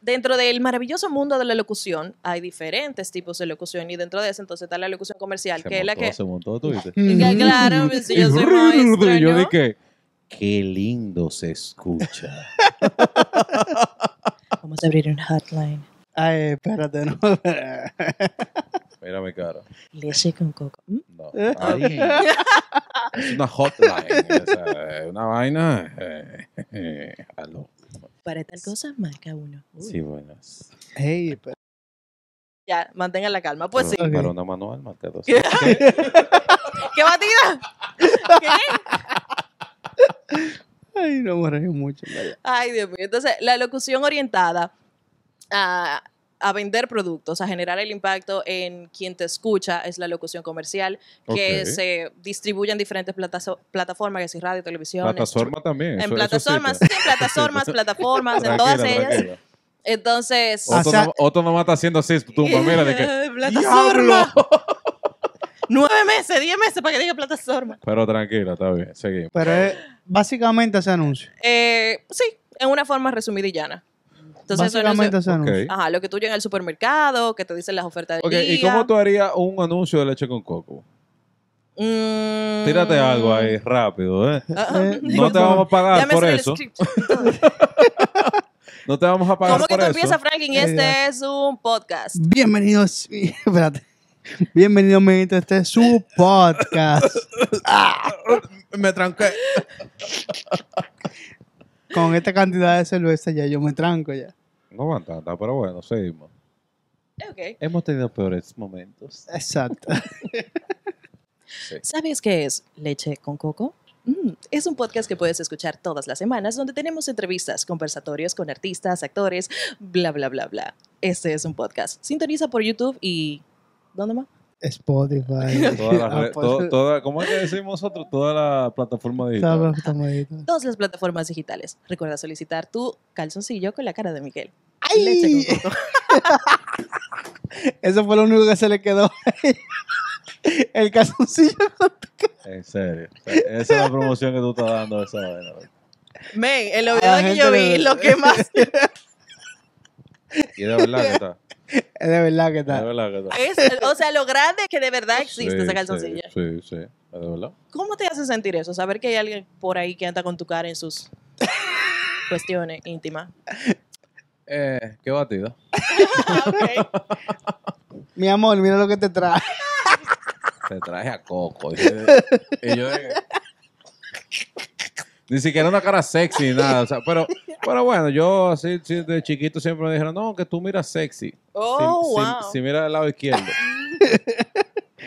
S4: dentro del maravilloso mundo de la locución hay diferentes tipos de locución y dentro de eso entonces está la locución comercial,
S1: Se
S4: que es la
S1: montó,
S4: que...
S1: Se montó, tú viste.
S4: Y que, claro, pues, si yo soy
S1: Y
S4: maestra,
S1: yo
S4: ¿no?
S1: dije, qué lindo se escucha.
S4: Vamos a abrir un hotline.
S2: Ay, espérate, no. *laughs*
S1: Mira mi cara.
S4: Leche con coco. ¿Mm?
S1: No. Ay, es una hotline. o sea, una vaina. eh, eh, aló.
S4: Para tal cosa, marca uno. Uy.
S1: Sí, buenas.
S2: Ey, espera.
S4: Ya, mantengan la calma. Pues sí.
S1: Para-
S2: Ok.
S1: Para una manual, marca dos. *laughs*
S4: ¿Qué batida? ¿Qué?
S2: Ay, no me reí mucho. en verdad.
S4: Ay, Dios mío. Entonces, la locución orientada a, a vender productos, a generar el impacto en quien te escucha, es la locución comercial, que
S1: Ok.
S4: se distribuye en diferentes plataso- plataformas, que es radio, televisión.
S1: Plataforma también.
S4: En
S1: eso- eso
S4: plataformas, sí,
S1: existe.
S4: en plataformas, plataformas, en
S1: Tranquila,
S4: todas ellas.
S1: tranquila.
S4: Entonces,
S2: O
S1: Otto,
S2: sea-
S1: no- Otto nomás está haciendo así, tu tumba, mira, de
S4: *laughs*
S1: que...
S4: plataforma. Nueve meses, diez meses para que diga plataforma.
S1: Pero tranquila, está bien, seguimos.
S2: Pero es básicamente ese anuncio.
S4: Eh, sí, en una forma resumida y llana. Entonces, eso es lo-
S2: básicamente ese anuncio.
S1: Ok.
S4: Ajá, lo que tú llegas al supermercado, que te dicen las ofertas del
S1: Ok,
S4: día.
S1: ¿y cómo tú harías un anuncio de leche con coco?
S4: Mm.
S1: Tírate algo ahí rápido, ¿eh?
S4: Ah, ah.
S2: Eh,
S1: No
S4: *laughs*
S1: te vamos a
S4: Ya
S1: pagar
S4: me
S1: por
S4: sale el
S1: eso. *laughs*
S4: script.
S1: No te vamos a pagar
S4: ¿Cómo que
S1: por
S4: tú
S1: eso.
S4: empiezas, Franklin? Este es un podcast.
S2: *laughs* Bienvenidos, espérate. Bienvenidos, mi gente, este es su podcast.
S1: *laughs* Me tranqué.
S2: Con esta cantidad de cerveza ya yo me tranco ya.
S1: No van tantas, pero bueno, seguimos.
S4: Ok.
S1: Hemos tenido peores momentos.
S2: Exacto.
S4: ¿Sabes qué es leche con coco? Mm, es un podcast que puedes escuchar todas las semanas donde tenemos entrevistas, conversatorios con artistas, actores, bla, bla, bla, bla. Este es un podcast. Sintoniza por YouTube y... ¿Dónde más?
S1: *laughs*
S2: Spotify.
S1: Todas las re-
S2: Apple.
S1: to- toda- ¿Cómo es que decimos nosotros? Toda la plataforma digital.
S2: Sabes, tomadito.
S4: Todas las plataformas digitales. Recuerda solicitar tu calzoncillo con la cara de Miguel.
S2: ¡Ay!
S4: Leche con coco.
S2: Eso fue lo único que se le quedó. *laughs* El calzoncillo.
S1: En serio. O sea, Esa es la promoción que tú estás dando a esa vaina.
S4: Men, el
S2: A la
S4: video que
S2: gente
S4: yo
S2: le-
S4: vi, lo
S1: *laughs*
S2: *laughs*
S4: que más...
S1: Y de verdad que está.
S2: Es de verdad que
S1: De *laughs*
S2: está.
S1: verdad que está.
S4: Es- o sea, lo grande es que de verdad
S1: Sí,
S4: existe ese calzoncillo.
S1: Sí, sí. sí. De verdad.
S4: ¿Cómo te hace sentir eso? Saber que hay alguien por ahí que anda con tu cara en
S1: *laughs*
S4: sus cuestiones íntimas.
S1: Eh, qué batido.
S4: *laughs*
S2: Mi amor, mira lo que
S1: *laughs*
S2: te trae.
S1: Te traje a Coco. Y yo, y yo de- Ni siquiera una cara sexy ni nada. o sea, pero, pero bueno, yo así sí, de chiquito siempre me dijeron, no, que tú miras sexy.
S4: Oh,
S1: si, si-
S4: wow.
S1: si mira del lado
S4: *laughs*
S1: izquierdo.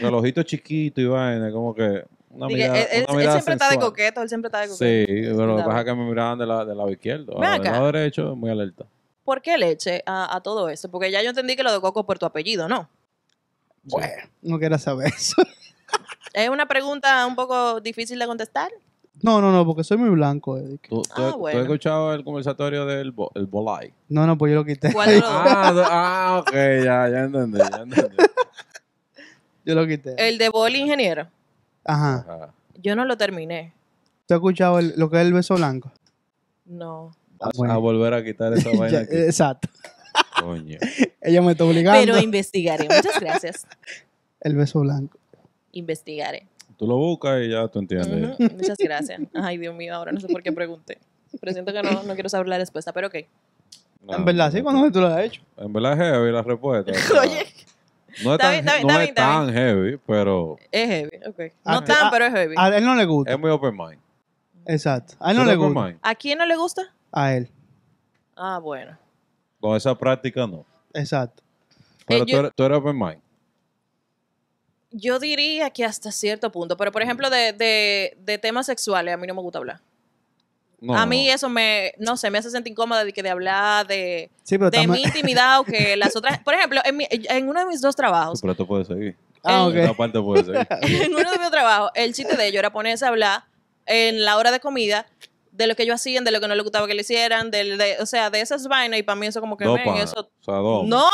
S1: Con los ojitos chiquitos y vaina, como que una
S4: Dije,
S1: mirada,
S4: él, él-
S1: una
S4: él
S1: mirada
S4: siempre está de
S1: sensual.
S4: coqueto, él siempre está de coqueto.
S1: Sí, pero lo que
S4: Cuidado.
S1: pasa es que me miraban de la- del lado izquierdo.
S4: Ven
S1: Ahora, Del
S4: acá.
S1: lado derecho, muy alerta.
S4: ¿Por qué leche a, a todo esto? Porque ya yo entendí que lo de Coco es por tu apellido, ¿no?
S2: Bueno, no quiero saber eso. *laughs*
S4: Es una pregunta un poco difícil de contestar.
S2: No, no, no, porque soy muy blanco, Eric.
S1: ¿Tú, tú-
S4: Ah,
S1: tú
S4: bueno.
S1: has escuchado el conversatorio del bo- el Bolai?
S2: No, no, pues yo lo quité.
S4: ¿Cuál de los dos?
S1: Ah, do- ah, ok, ya, ya entendí, ya entendí.
S2: *laughs*
S4: *laughs*
S2: Yo lo quité.
S4: El de Boli Ingeniero.
S2: Ajá.
S1: Ajá.
S4: Yo no lo terminé.
S2: ¿Tú has escuchado el- lo que es el beso blanco?
S4: No.
S1: Vas
S2: Ah, bueno.
S1: a volver a quitar
S2: *laughs*
S1: esa vaina
S2: Ya,
S1: aquí.
S2: exacto.
S1: Coño.
S2: Ella me está obligando.
S4: Pero investigaré.
S1: *laughs*
S4: Muchas gracias.
S2: El beso blanco.
S4: Investigaré.
S1: Tú lo buscas y ya tú entiendes.
S4: Ujú, *laughs* Muchas gracias. Ay, Dios mío, ahora no sé por qué pregunté. Pero siento que no, no quiero saber la respuesta, pero ok.
S1: No,
S2: en verdad, sí,
S1: no,
S2: cuando tú lo has hecho.
S1: En verdad es heavy la
S2: *laughs*
S1: respuesta. o sea,
S4: Oye.
S1: No es
S4: Está
S1: tan,
S4: bien, está bien,
S1: no
S4: está
S1: es
S4: bien, está
S1: tan heavy, pero
S4: Es heavy, ok.
S2: Ah,
S4: No tan,
S2: ah,
S4: pero es heavy.
S2: A él no le gusta.
S1: es muy open mind.
S2: Exacto. A él
S1: Eh. ¿Tú
S2: no
S1: te
S2: le
S1: open
S2: gusta.
S1: mind?
S4: ¿A quién no le gusta?
S2: A él.
S4: Ah, bueno.
S1: Con esa práctica no.
S2: Exacto.
S1: Pero
S4: Eh,
S1: tú,
S4: yo-
S1: eres, tú eres open mind.
S4: Yo diría que hasta cierto punto, pero por ejemplo de, de- de temas sexuales a mí no me gusta hablar.
S1: No,
S4: A mí eso me, no sé, me hace sentir incómoda de que de hablar de,
S2: Sí, pero
S4: de
S2: también.
S4: mi intimidad o que las otras, por ejemplo, en, mi- en uno de mis dos
S1: Sí,
S4: trabajos,
S1: Pero tú puedes seguir.
S2: Ah,
S1: En
S2: *laughs* ok.
S1: esta parte puedes seguir.
S4: *laughs* en uno de mis trabajos, el chiste de ellos era ponerse a hablar en la hora de comida de lo que ellos hacían, de lo que no les gustaba que le hicieran, del- de- o sea, de esas vainas y para mí eso como que
S1: Dos
S4: men,
S1: panas,
S4: eso
S1: o sea, dos.
S4: no,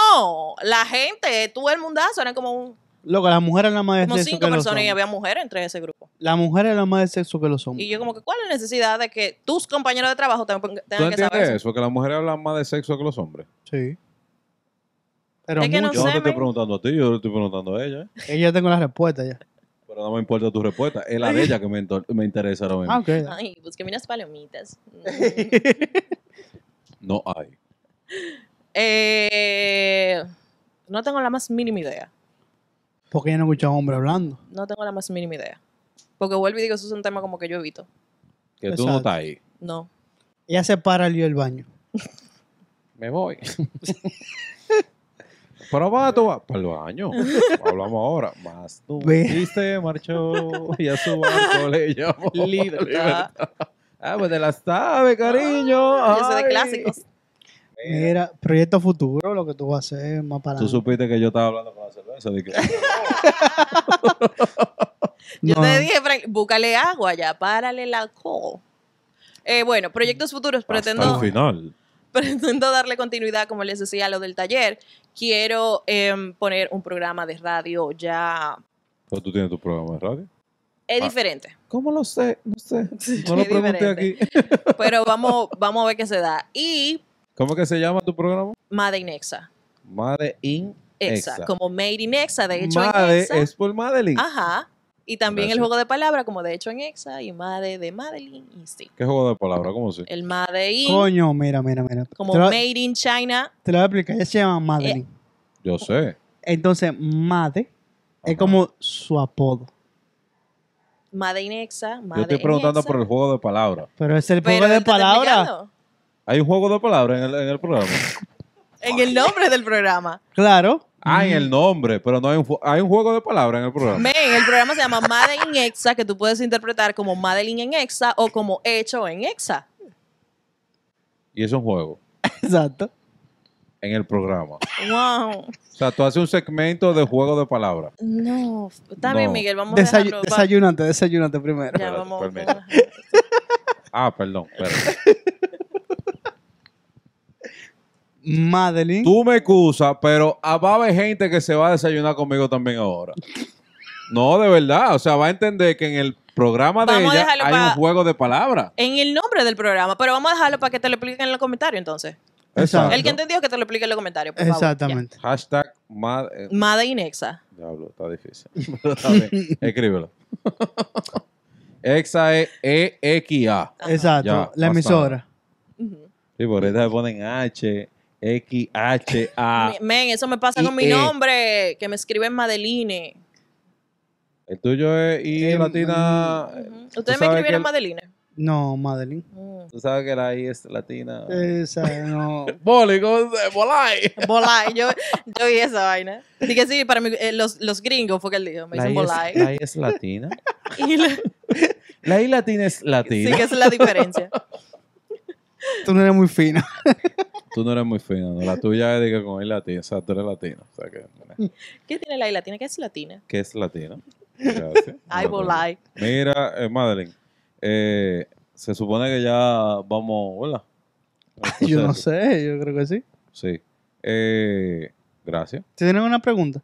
S4: la gente, tú el mundazo, eran como un,
S2: Loco, las mujeres eran más de
S4: como
S2: sexo
S4: cinco
S2: que los
S4: personas y
S2: hombres.
S4: había mujeres entre ese grupo.
S2: Las mujeres eran más de sexo que los
S4: Y
S2: hombres.
S4: yo como que, ¿cuál es la necesidad de que tus compañeros de trabajo tengan,
S1: ¿Tú
S4: tengan que saber
S1: entiendes
S4: eso?
S1: eso? Que las mujeres hablan más de sexo que los hombres.
S2: Sí. Pero
S4: Es que no
S1: Yo
S2: mucho.
S1: no te
S4: sé,
S1: estoy
S4: men.
S1: preguntando a ti, yo le estoy preguntando a ella. ¿eh?
S2: Ella tengo la respuesta ya.
S1: Pero no me importa tu respuesta. Es la de ella que me, inter- me interesa ahora mismo.
S2: Ah, ok.
S4: Ay, búsqueme unas palomitas. Mm.
S1: *laughs* No hay.
S4: Eh, no tengo la más mínima idea.
S2: Porque ella no escucha hombres hablando.
S4: No tengo la más mínima idea. Porque vuelvo y digo, eso es un tema como que yo evito.
S1: Que tú no
S2: Exacto.
S1: estás ahí.
S4: No.
S2: Ella se para al lío del baño.
S1: Me voy. *laughs* Pero va, tú vas para el baño. Hablamos ahora. Más tú
S2: Ve.
S1: viste, marchó y a su barco le llamó.
S4: Libertad.
S1: Ah, pues te la sabe, cariño.
S4: Yo soy de
S1: Ay.
S4: clásicos.
S2: Mira, proyecto futuro, lo que tú vas a hacer más para
S1: Tú
S2: adelante.
S1: supiste que yo estaba hablando con la cerveza. de que-
S4: Yo
S2: No,
S4: te dije, Frank, búscale agua ya, párale el alcohol. Eh, bueno, proyectos futuros,
S1: Hasta
S4: pretendo,
S1: el final.
S4: *laughs* pretendo darle continuidad, como les decía, a lo del taller. Quiero em, poner un programa de radio ya...
S1: Pero pues tú tienes tu programa de radio.
S4: Es
S1: Ah.
S4: diferente.
S1: ¿Cómo lo sé? No *laughs* sé. No
S4: es
S1: lo pregunté aquí.
S4: diferente. Pero vamos, vamos a ver qué se da. Y
S1: ¿Cómo que se llama tu programa?
S4: Made in Exa.
S1: Made in
S4: Exa,
S1: Exa.
S4: como Made in Exa, de hecho en
S1: Made
S4: Exa.
S1: es por Madeline.
S4: Ajá. Y también el
S1: Gracias.
S4: juego de palabras, como de hecho en Exa, y Made de Madeline, y sí.
S1: ¿Qué juego de palabras? ¿Cómo se?
S4: El Made in,
S2: Coño, mira, mira, mira.
S4: como Eh.
S2: te, lo,
S4: Made in China.
S2: te lo voy a explicar. Ella se llama Madeline.
S1: Yo sé.
S2: Entonces, Made es
S1: Ajá.
S2: como su apodo.
S4: Made in Exa, Made
S1: Yo estoy
S4: in
S1: preguntando
S4: Exa.
S1: por el juego de palabras.
S2: Pero es el juego
S4: Pero
S2: de
S4: te está
S2: palabras.
S4: explicando.
S1: ¿Hay un juego de palabras en el, en el programa?
S4: En el nombre del programa.
S2: Claro.
S1: Ah,
S4: Mm.
S1: en el nombre, pero no hay un, ju- hay un juego de palabras en el programa.
S4: Men, el programa se llama Made in Exa, que tú puedes interpretar como Madeline en Exa o como Hecho en Exa.
S1: Y es un juego
S2: *laughs* Exacto.
S1: en el programa.
S4: Wow.
S1: O sea, tú haces un segmento de juego de palabras.
S4: No, está
S1: No.
S4: bien, Miguel, vamos
S2: Desayu-
S4: a dejarlo. va-
S2: desayunate, desayunate primero.
S4: ya,
S1: Espérate,
S4: vamos.
S1: permíteme.
S4: vamos a-
S1: Ah, perdón. espérate.
S4: *laughs*
S2: Madeline.
S1: Tú me excusas, pero ah, va a haber gente que se va a desayunar conmigo también ahora. No, de verdad. O sea, va a entender que en el programa de
S4: Vamos a
S1: ella
S4: dejarlo
S1: hay
S4: pa-
S1: un juego de palabras.
S4: En el nombre del programa, pero vamos a dejarlo para que te lo expliquen en los comentarios entonces.
S1: Ah,
S2: Exacto.
S4: El que entendió que te lo explique en los comentarios, por favor.
S2: Exactamente.
S1: Hashtag mad... eh,
S4: Ya. Made in Exa.
S1: Diablo, está difícil. *laughs* Pero está bien. Escríbelo. *laughs* Exa e, es E-X-A.
S4: Ajá.
S2: Exacto.
S1: Ya,
S2: la
S1: basta.
S2: emisora.
S4: Ujú.
S1: Sí, por eso le ponen H, X, H, A.
S4: Mi- Men, eso me pasa
S1: Ah. Y
S4: con mi
S1: E.
S4: nombre, que me escriben Madeline.
S1: El tuyo es I
S2: Em,
S1: latina.
S4: Ujú.
S1: Tú
S4: Ustedes me
S1: sabes que
S4: escribieron
S1: el-
S4: Madeline.
S2: No, Madeline.
S4: Mm.
S1: Tú sabes que la I es latina.
S2: Esa, no.
S1: Bólico, volay.
S4: Bolay, yo, yo vi esa vaina. Dije sí, para mí, eh, los, los gringos fue que él dijo, me
S1: La I,
S4: dicen Bolay.
S1: es, la I es latina.
S4: *laughs* Y la-
S1: La I latina es
S4: sí
S1: latina.
S4: que esa es la diferencia.
S2: Tú no eres muy fina.
S1: Tú no eres muy fina, ¿no? La tuya es de que con I latina. O sea, tú eres latina. O sea, que,
S4: *laughs* ¿Qué tiene la I latina? ¿Qué es latina?
S1: ¿qué es
S4: *laughs*
S1: latina? Gracias.
S4: Ay, Bolay.
S1: Mira, eh, Madeline, eh, se supone que ya vamos, ¿verdad?
S2: *laughs* Yo no
S1: Entonces,
S2: sé, yo creo que sí.
S1: Sí. Eh, gracias.
S2: ¿Te tienen una pregunta?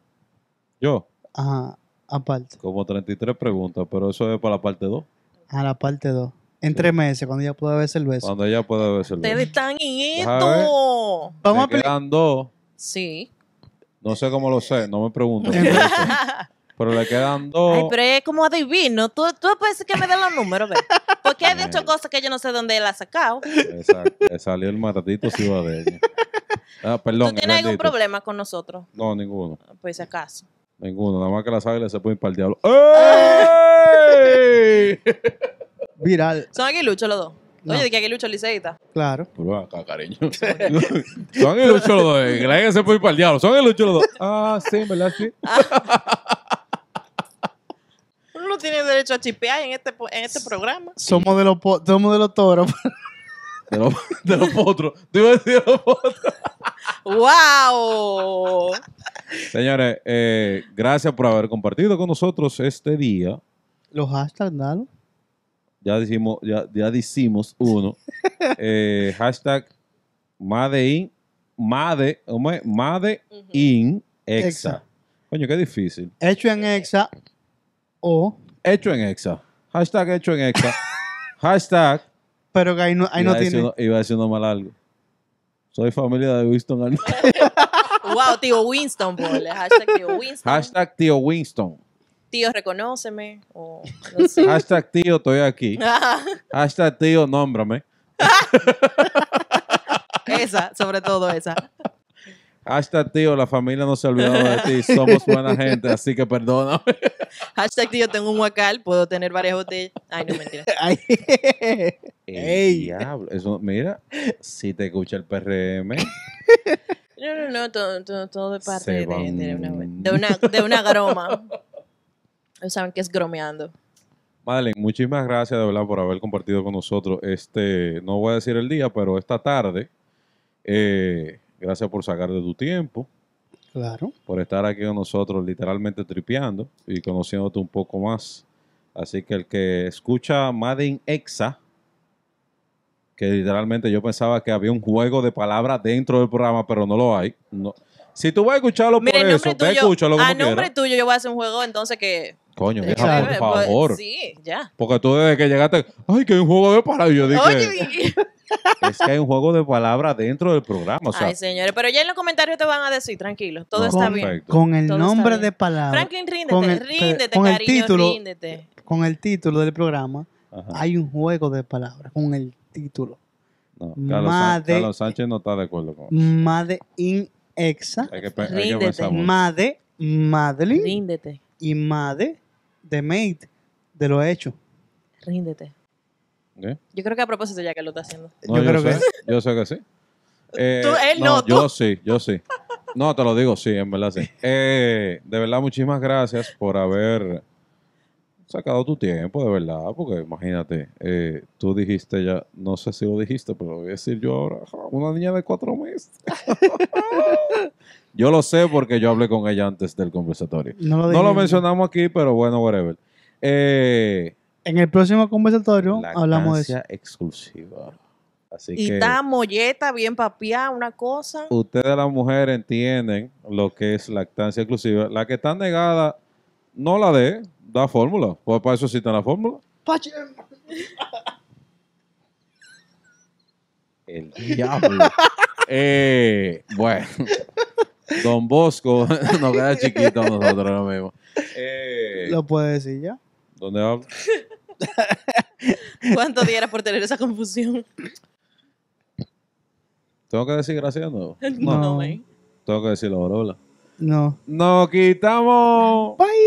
S1: Yo,
S2: Ajá, aparte.
S1: como 33 preguntas, pero eso es para la parte 2,
S2: A la parte 2. En tres meses, cuando ya pueda ver cerveza.
S1: cuando ella pueda verse el
S4: Ustedes están en
S1: Deja ver.
S4: esto.
S2: Vamos
S1: Me
S2: a pelear.
S1: quedan dos,
S4: Sí.
S1: no sé cómo lo sé, no me
S2: *laughs*
S1: pregunto,
S4: Ay,
S1: pero le quedan dos.
S4: pero es como adivino. Tú, tú puedes que me den los números, ¿ves? Porque hay de hecho
S1: Ay.
S4: cosas que yo no sé dónde él ha sacado.
S1: Exacto, le salió el maratito si va de
S4: *laughs*
S1: ella. Ah, perdón.
S4: ¿Tú tienes algún
S1: bendito.
S4: problema con nosotros?
S1: No, ninguno,
S4: Pues si acaso.
S1: ninguno. Nada más que las águilas se pueden ir para el diablo.
S4: Ah.
S1: ¡Ey!
S2: Viral,
S4: Son aguiluchos los dos.
S2: No.
S4: Oye, de que aguilucho es liceísta.
S2: claro.
S1: Pero ven acá, cariño. Son el lucho los dos. eh, que la gente se puede ir para el diablo. Son el lucho los dos. Ah, sí, ¿verdad? Sí.
S4: Uno no tiene derecho a chipear en este, po- en este programa.
S2: Somos de los, po- somos de los toros. *laughs*
S1: De los, de los potros. Te iba a decir de los potros.
S4: ¡Wow!
S1: Señores, eh, gracias por haber compartido con nosotros este día.
S2: Los hashtags, dalo.
S1: Ya decimos, ya, ya decimos uno. Eh, hashtag Madein. Made, ¿cómo es? Made in Exa.
S2: Exa.
S1: Coño, qué difícil.
S2: Hecho en Exa o.
S1: Hecho en Exa. Hashtag hecho en Exa. Hashtag
S2: Pero que ahí no, ahí
S1: iba,
S2: no
S1: a decir
S2: tiene. *laughs*
S1: uno- iba a decir uno mal algo. Soy familia de Winston Arnold.
S4: ¡Wow, tío Winston! Pole. Hashtag tío
S1: *laughs*
S4: Winston.
S1: Hashtag tío Winston.
S4: Tío, reconóceme. O
S1: *laughs*
S4: no sé. *laughs*
S1: Hashtag tío, estoy aquí. Hashtag tío, nómbrame.
S4: esa, sobre todo esa.
S1: Hashtag tío, la familia no se ha olvidado de ti. Somos buena gente, así que perdóname.
S4: Hashtag tío, tengo un huacal, puedo tener varias botellas. Ay, no, mentira.
S2: Ay,
S1: El
S2: *laughs* Ey.
S1: diablo. Eso, mira, si te escucha el PRM,
S4: No, no, no, todo, todo, todo de parte
S1: Se
S4: de,
S1: van.
S4: de una, de, una, de una groma. Ustedes saben que es gromeando.
S1: Madeleine, muchísimas gracias de verdad por haber compartido con nosotros este, no voy a decir el día, pero esta tarde. Eh, gracias por sacar de tu tiempo,
S2: Claro.
S1: por estar aquí con nosotros literalmente tripeando y conociéndote un poco más. Así que el que escucha Madden Exa, que literalmente yo pensaba que había un juego de palabras dentro del programa, pero no lo hay. No. Si tú vas a escucharlo
S4: Mira,
S1: por
S4: en
S1: eso,
S4: nombre
S1: te
S4: tuyo,
S1: escúchalo como
S4: a nombre
S1: quieras.
S4: tuyo yo voy a hacer un juego entonces que...
S1: Coño,
S2: Exacto.
S1: déjame, por
S4: Pues,
S1: favor.
S4: sí, ya.
S1: Porque tú desde que llegaste, ay, que hay un juego de palabras. Yo dije,
S4: Oye,
S1: es que hay un juego de palabras dentro del programa. O sea,
S4: ay, señores, pero ya en los comentarios te van a decir, tranquilo, todo
S1: No,
S4: está bien.
S1: perfecto.
S2: Con el
S4: Todo está
S2: nombre
S4: bien.
S2: de palabras,
S4: Franklin, ríndete,
S2: Con el- eh,
S4: ríndete,
S2: con el
S4: cariño,
S2: título.
S4: ríndete.
S2: con el título del programa,
S1: Ajá.
S2: hay un juego de palabras con el título.
S1: No, Carlos, San-
S2: Made-
S1: Carlos Sánchez no está de acuerdo
S2: Oh,
S1: con
S2: Made in Exa,
S1: hay que, pe- hay que
S4: Ríndete.
S1: pensar mucho.
S2: Made, Madeline
S4: Ríndete,
S2: y Made de Made, de lo hecho.
S4: ríndete.
S1: ¿Ok?
S4: Yo creo que a propósito ya que lo está haciendo.
S1: No,
S2: yo, creo
S1: sé,
S2: que
S1: Yo sé que sí. Eh,
S4: Tú- él no, tú.
S1: Yo sí, yo sí. No, te lo digo, sí, en verdad sí. Eh, de verdad, muchísimas gracias por haber sacado tu tiempo, de verdad, porque imagínate, eh, tú dijiste ya, no sé si lo dijiste, pero lo voy a decir yo ahora, *laughs* una niña de cuatro meses. *laughs* yo lo sé porque yo hablé con ella antes del conversatorio.
S2: no lo,
S1: No lo
S2: dije.
S1: mencionamos aquí, pero bueno, whatever. Eh,
S2: En el próximo conversatorio hablamos de eso.
S1: lactancia exclusiva. Así
S4: Y
S1: que
S4: está molleta, bien papiá, una
S1: *laughs*
S4: cosa.
S1: ustedes las mujeres entienden lo que es lactancia exclusiva. La que está negada, no la dé, da fórmula. Pues para eso existe la fórmula. El diablo. Eh, bueno, Don Bosco *laughs* nos queda chiquito a nosotros ahora mismo. Eh,
S2: Lo puede decir ya.
S1: ¿Dónde hablo?
S4: ¿Cuánto dieras por tener esa confusión? *laughs*
S1: ¿Tengo que decir gracias de nuevo?
S4: No, ¿eh?
S2: No.
S4: man.
S1: Tengo que decirlo ahora, ¿verdad?
S2: No.
S1: Nos quitamos.
S2: Bye.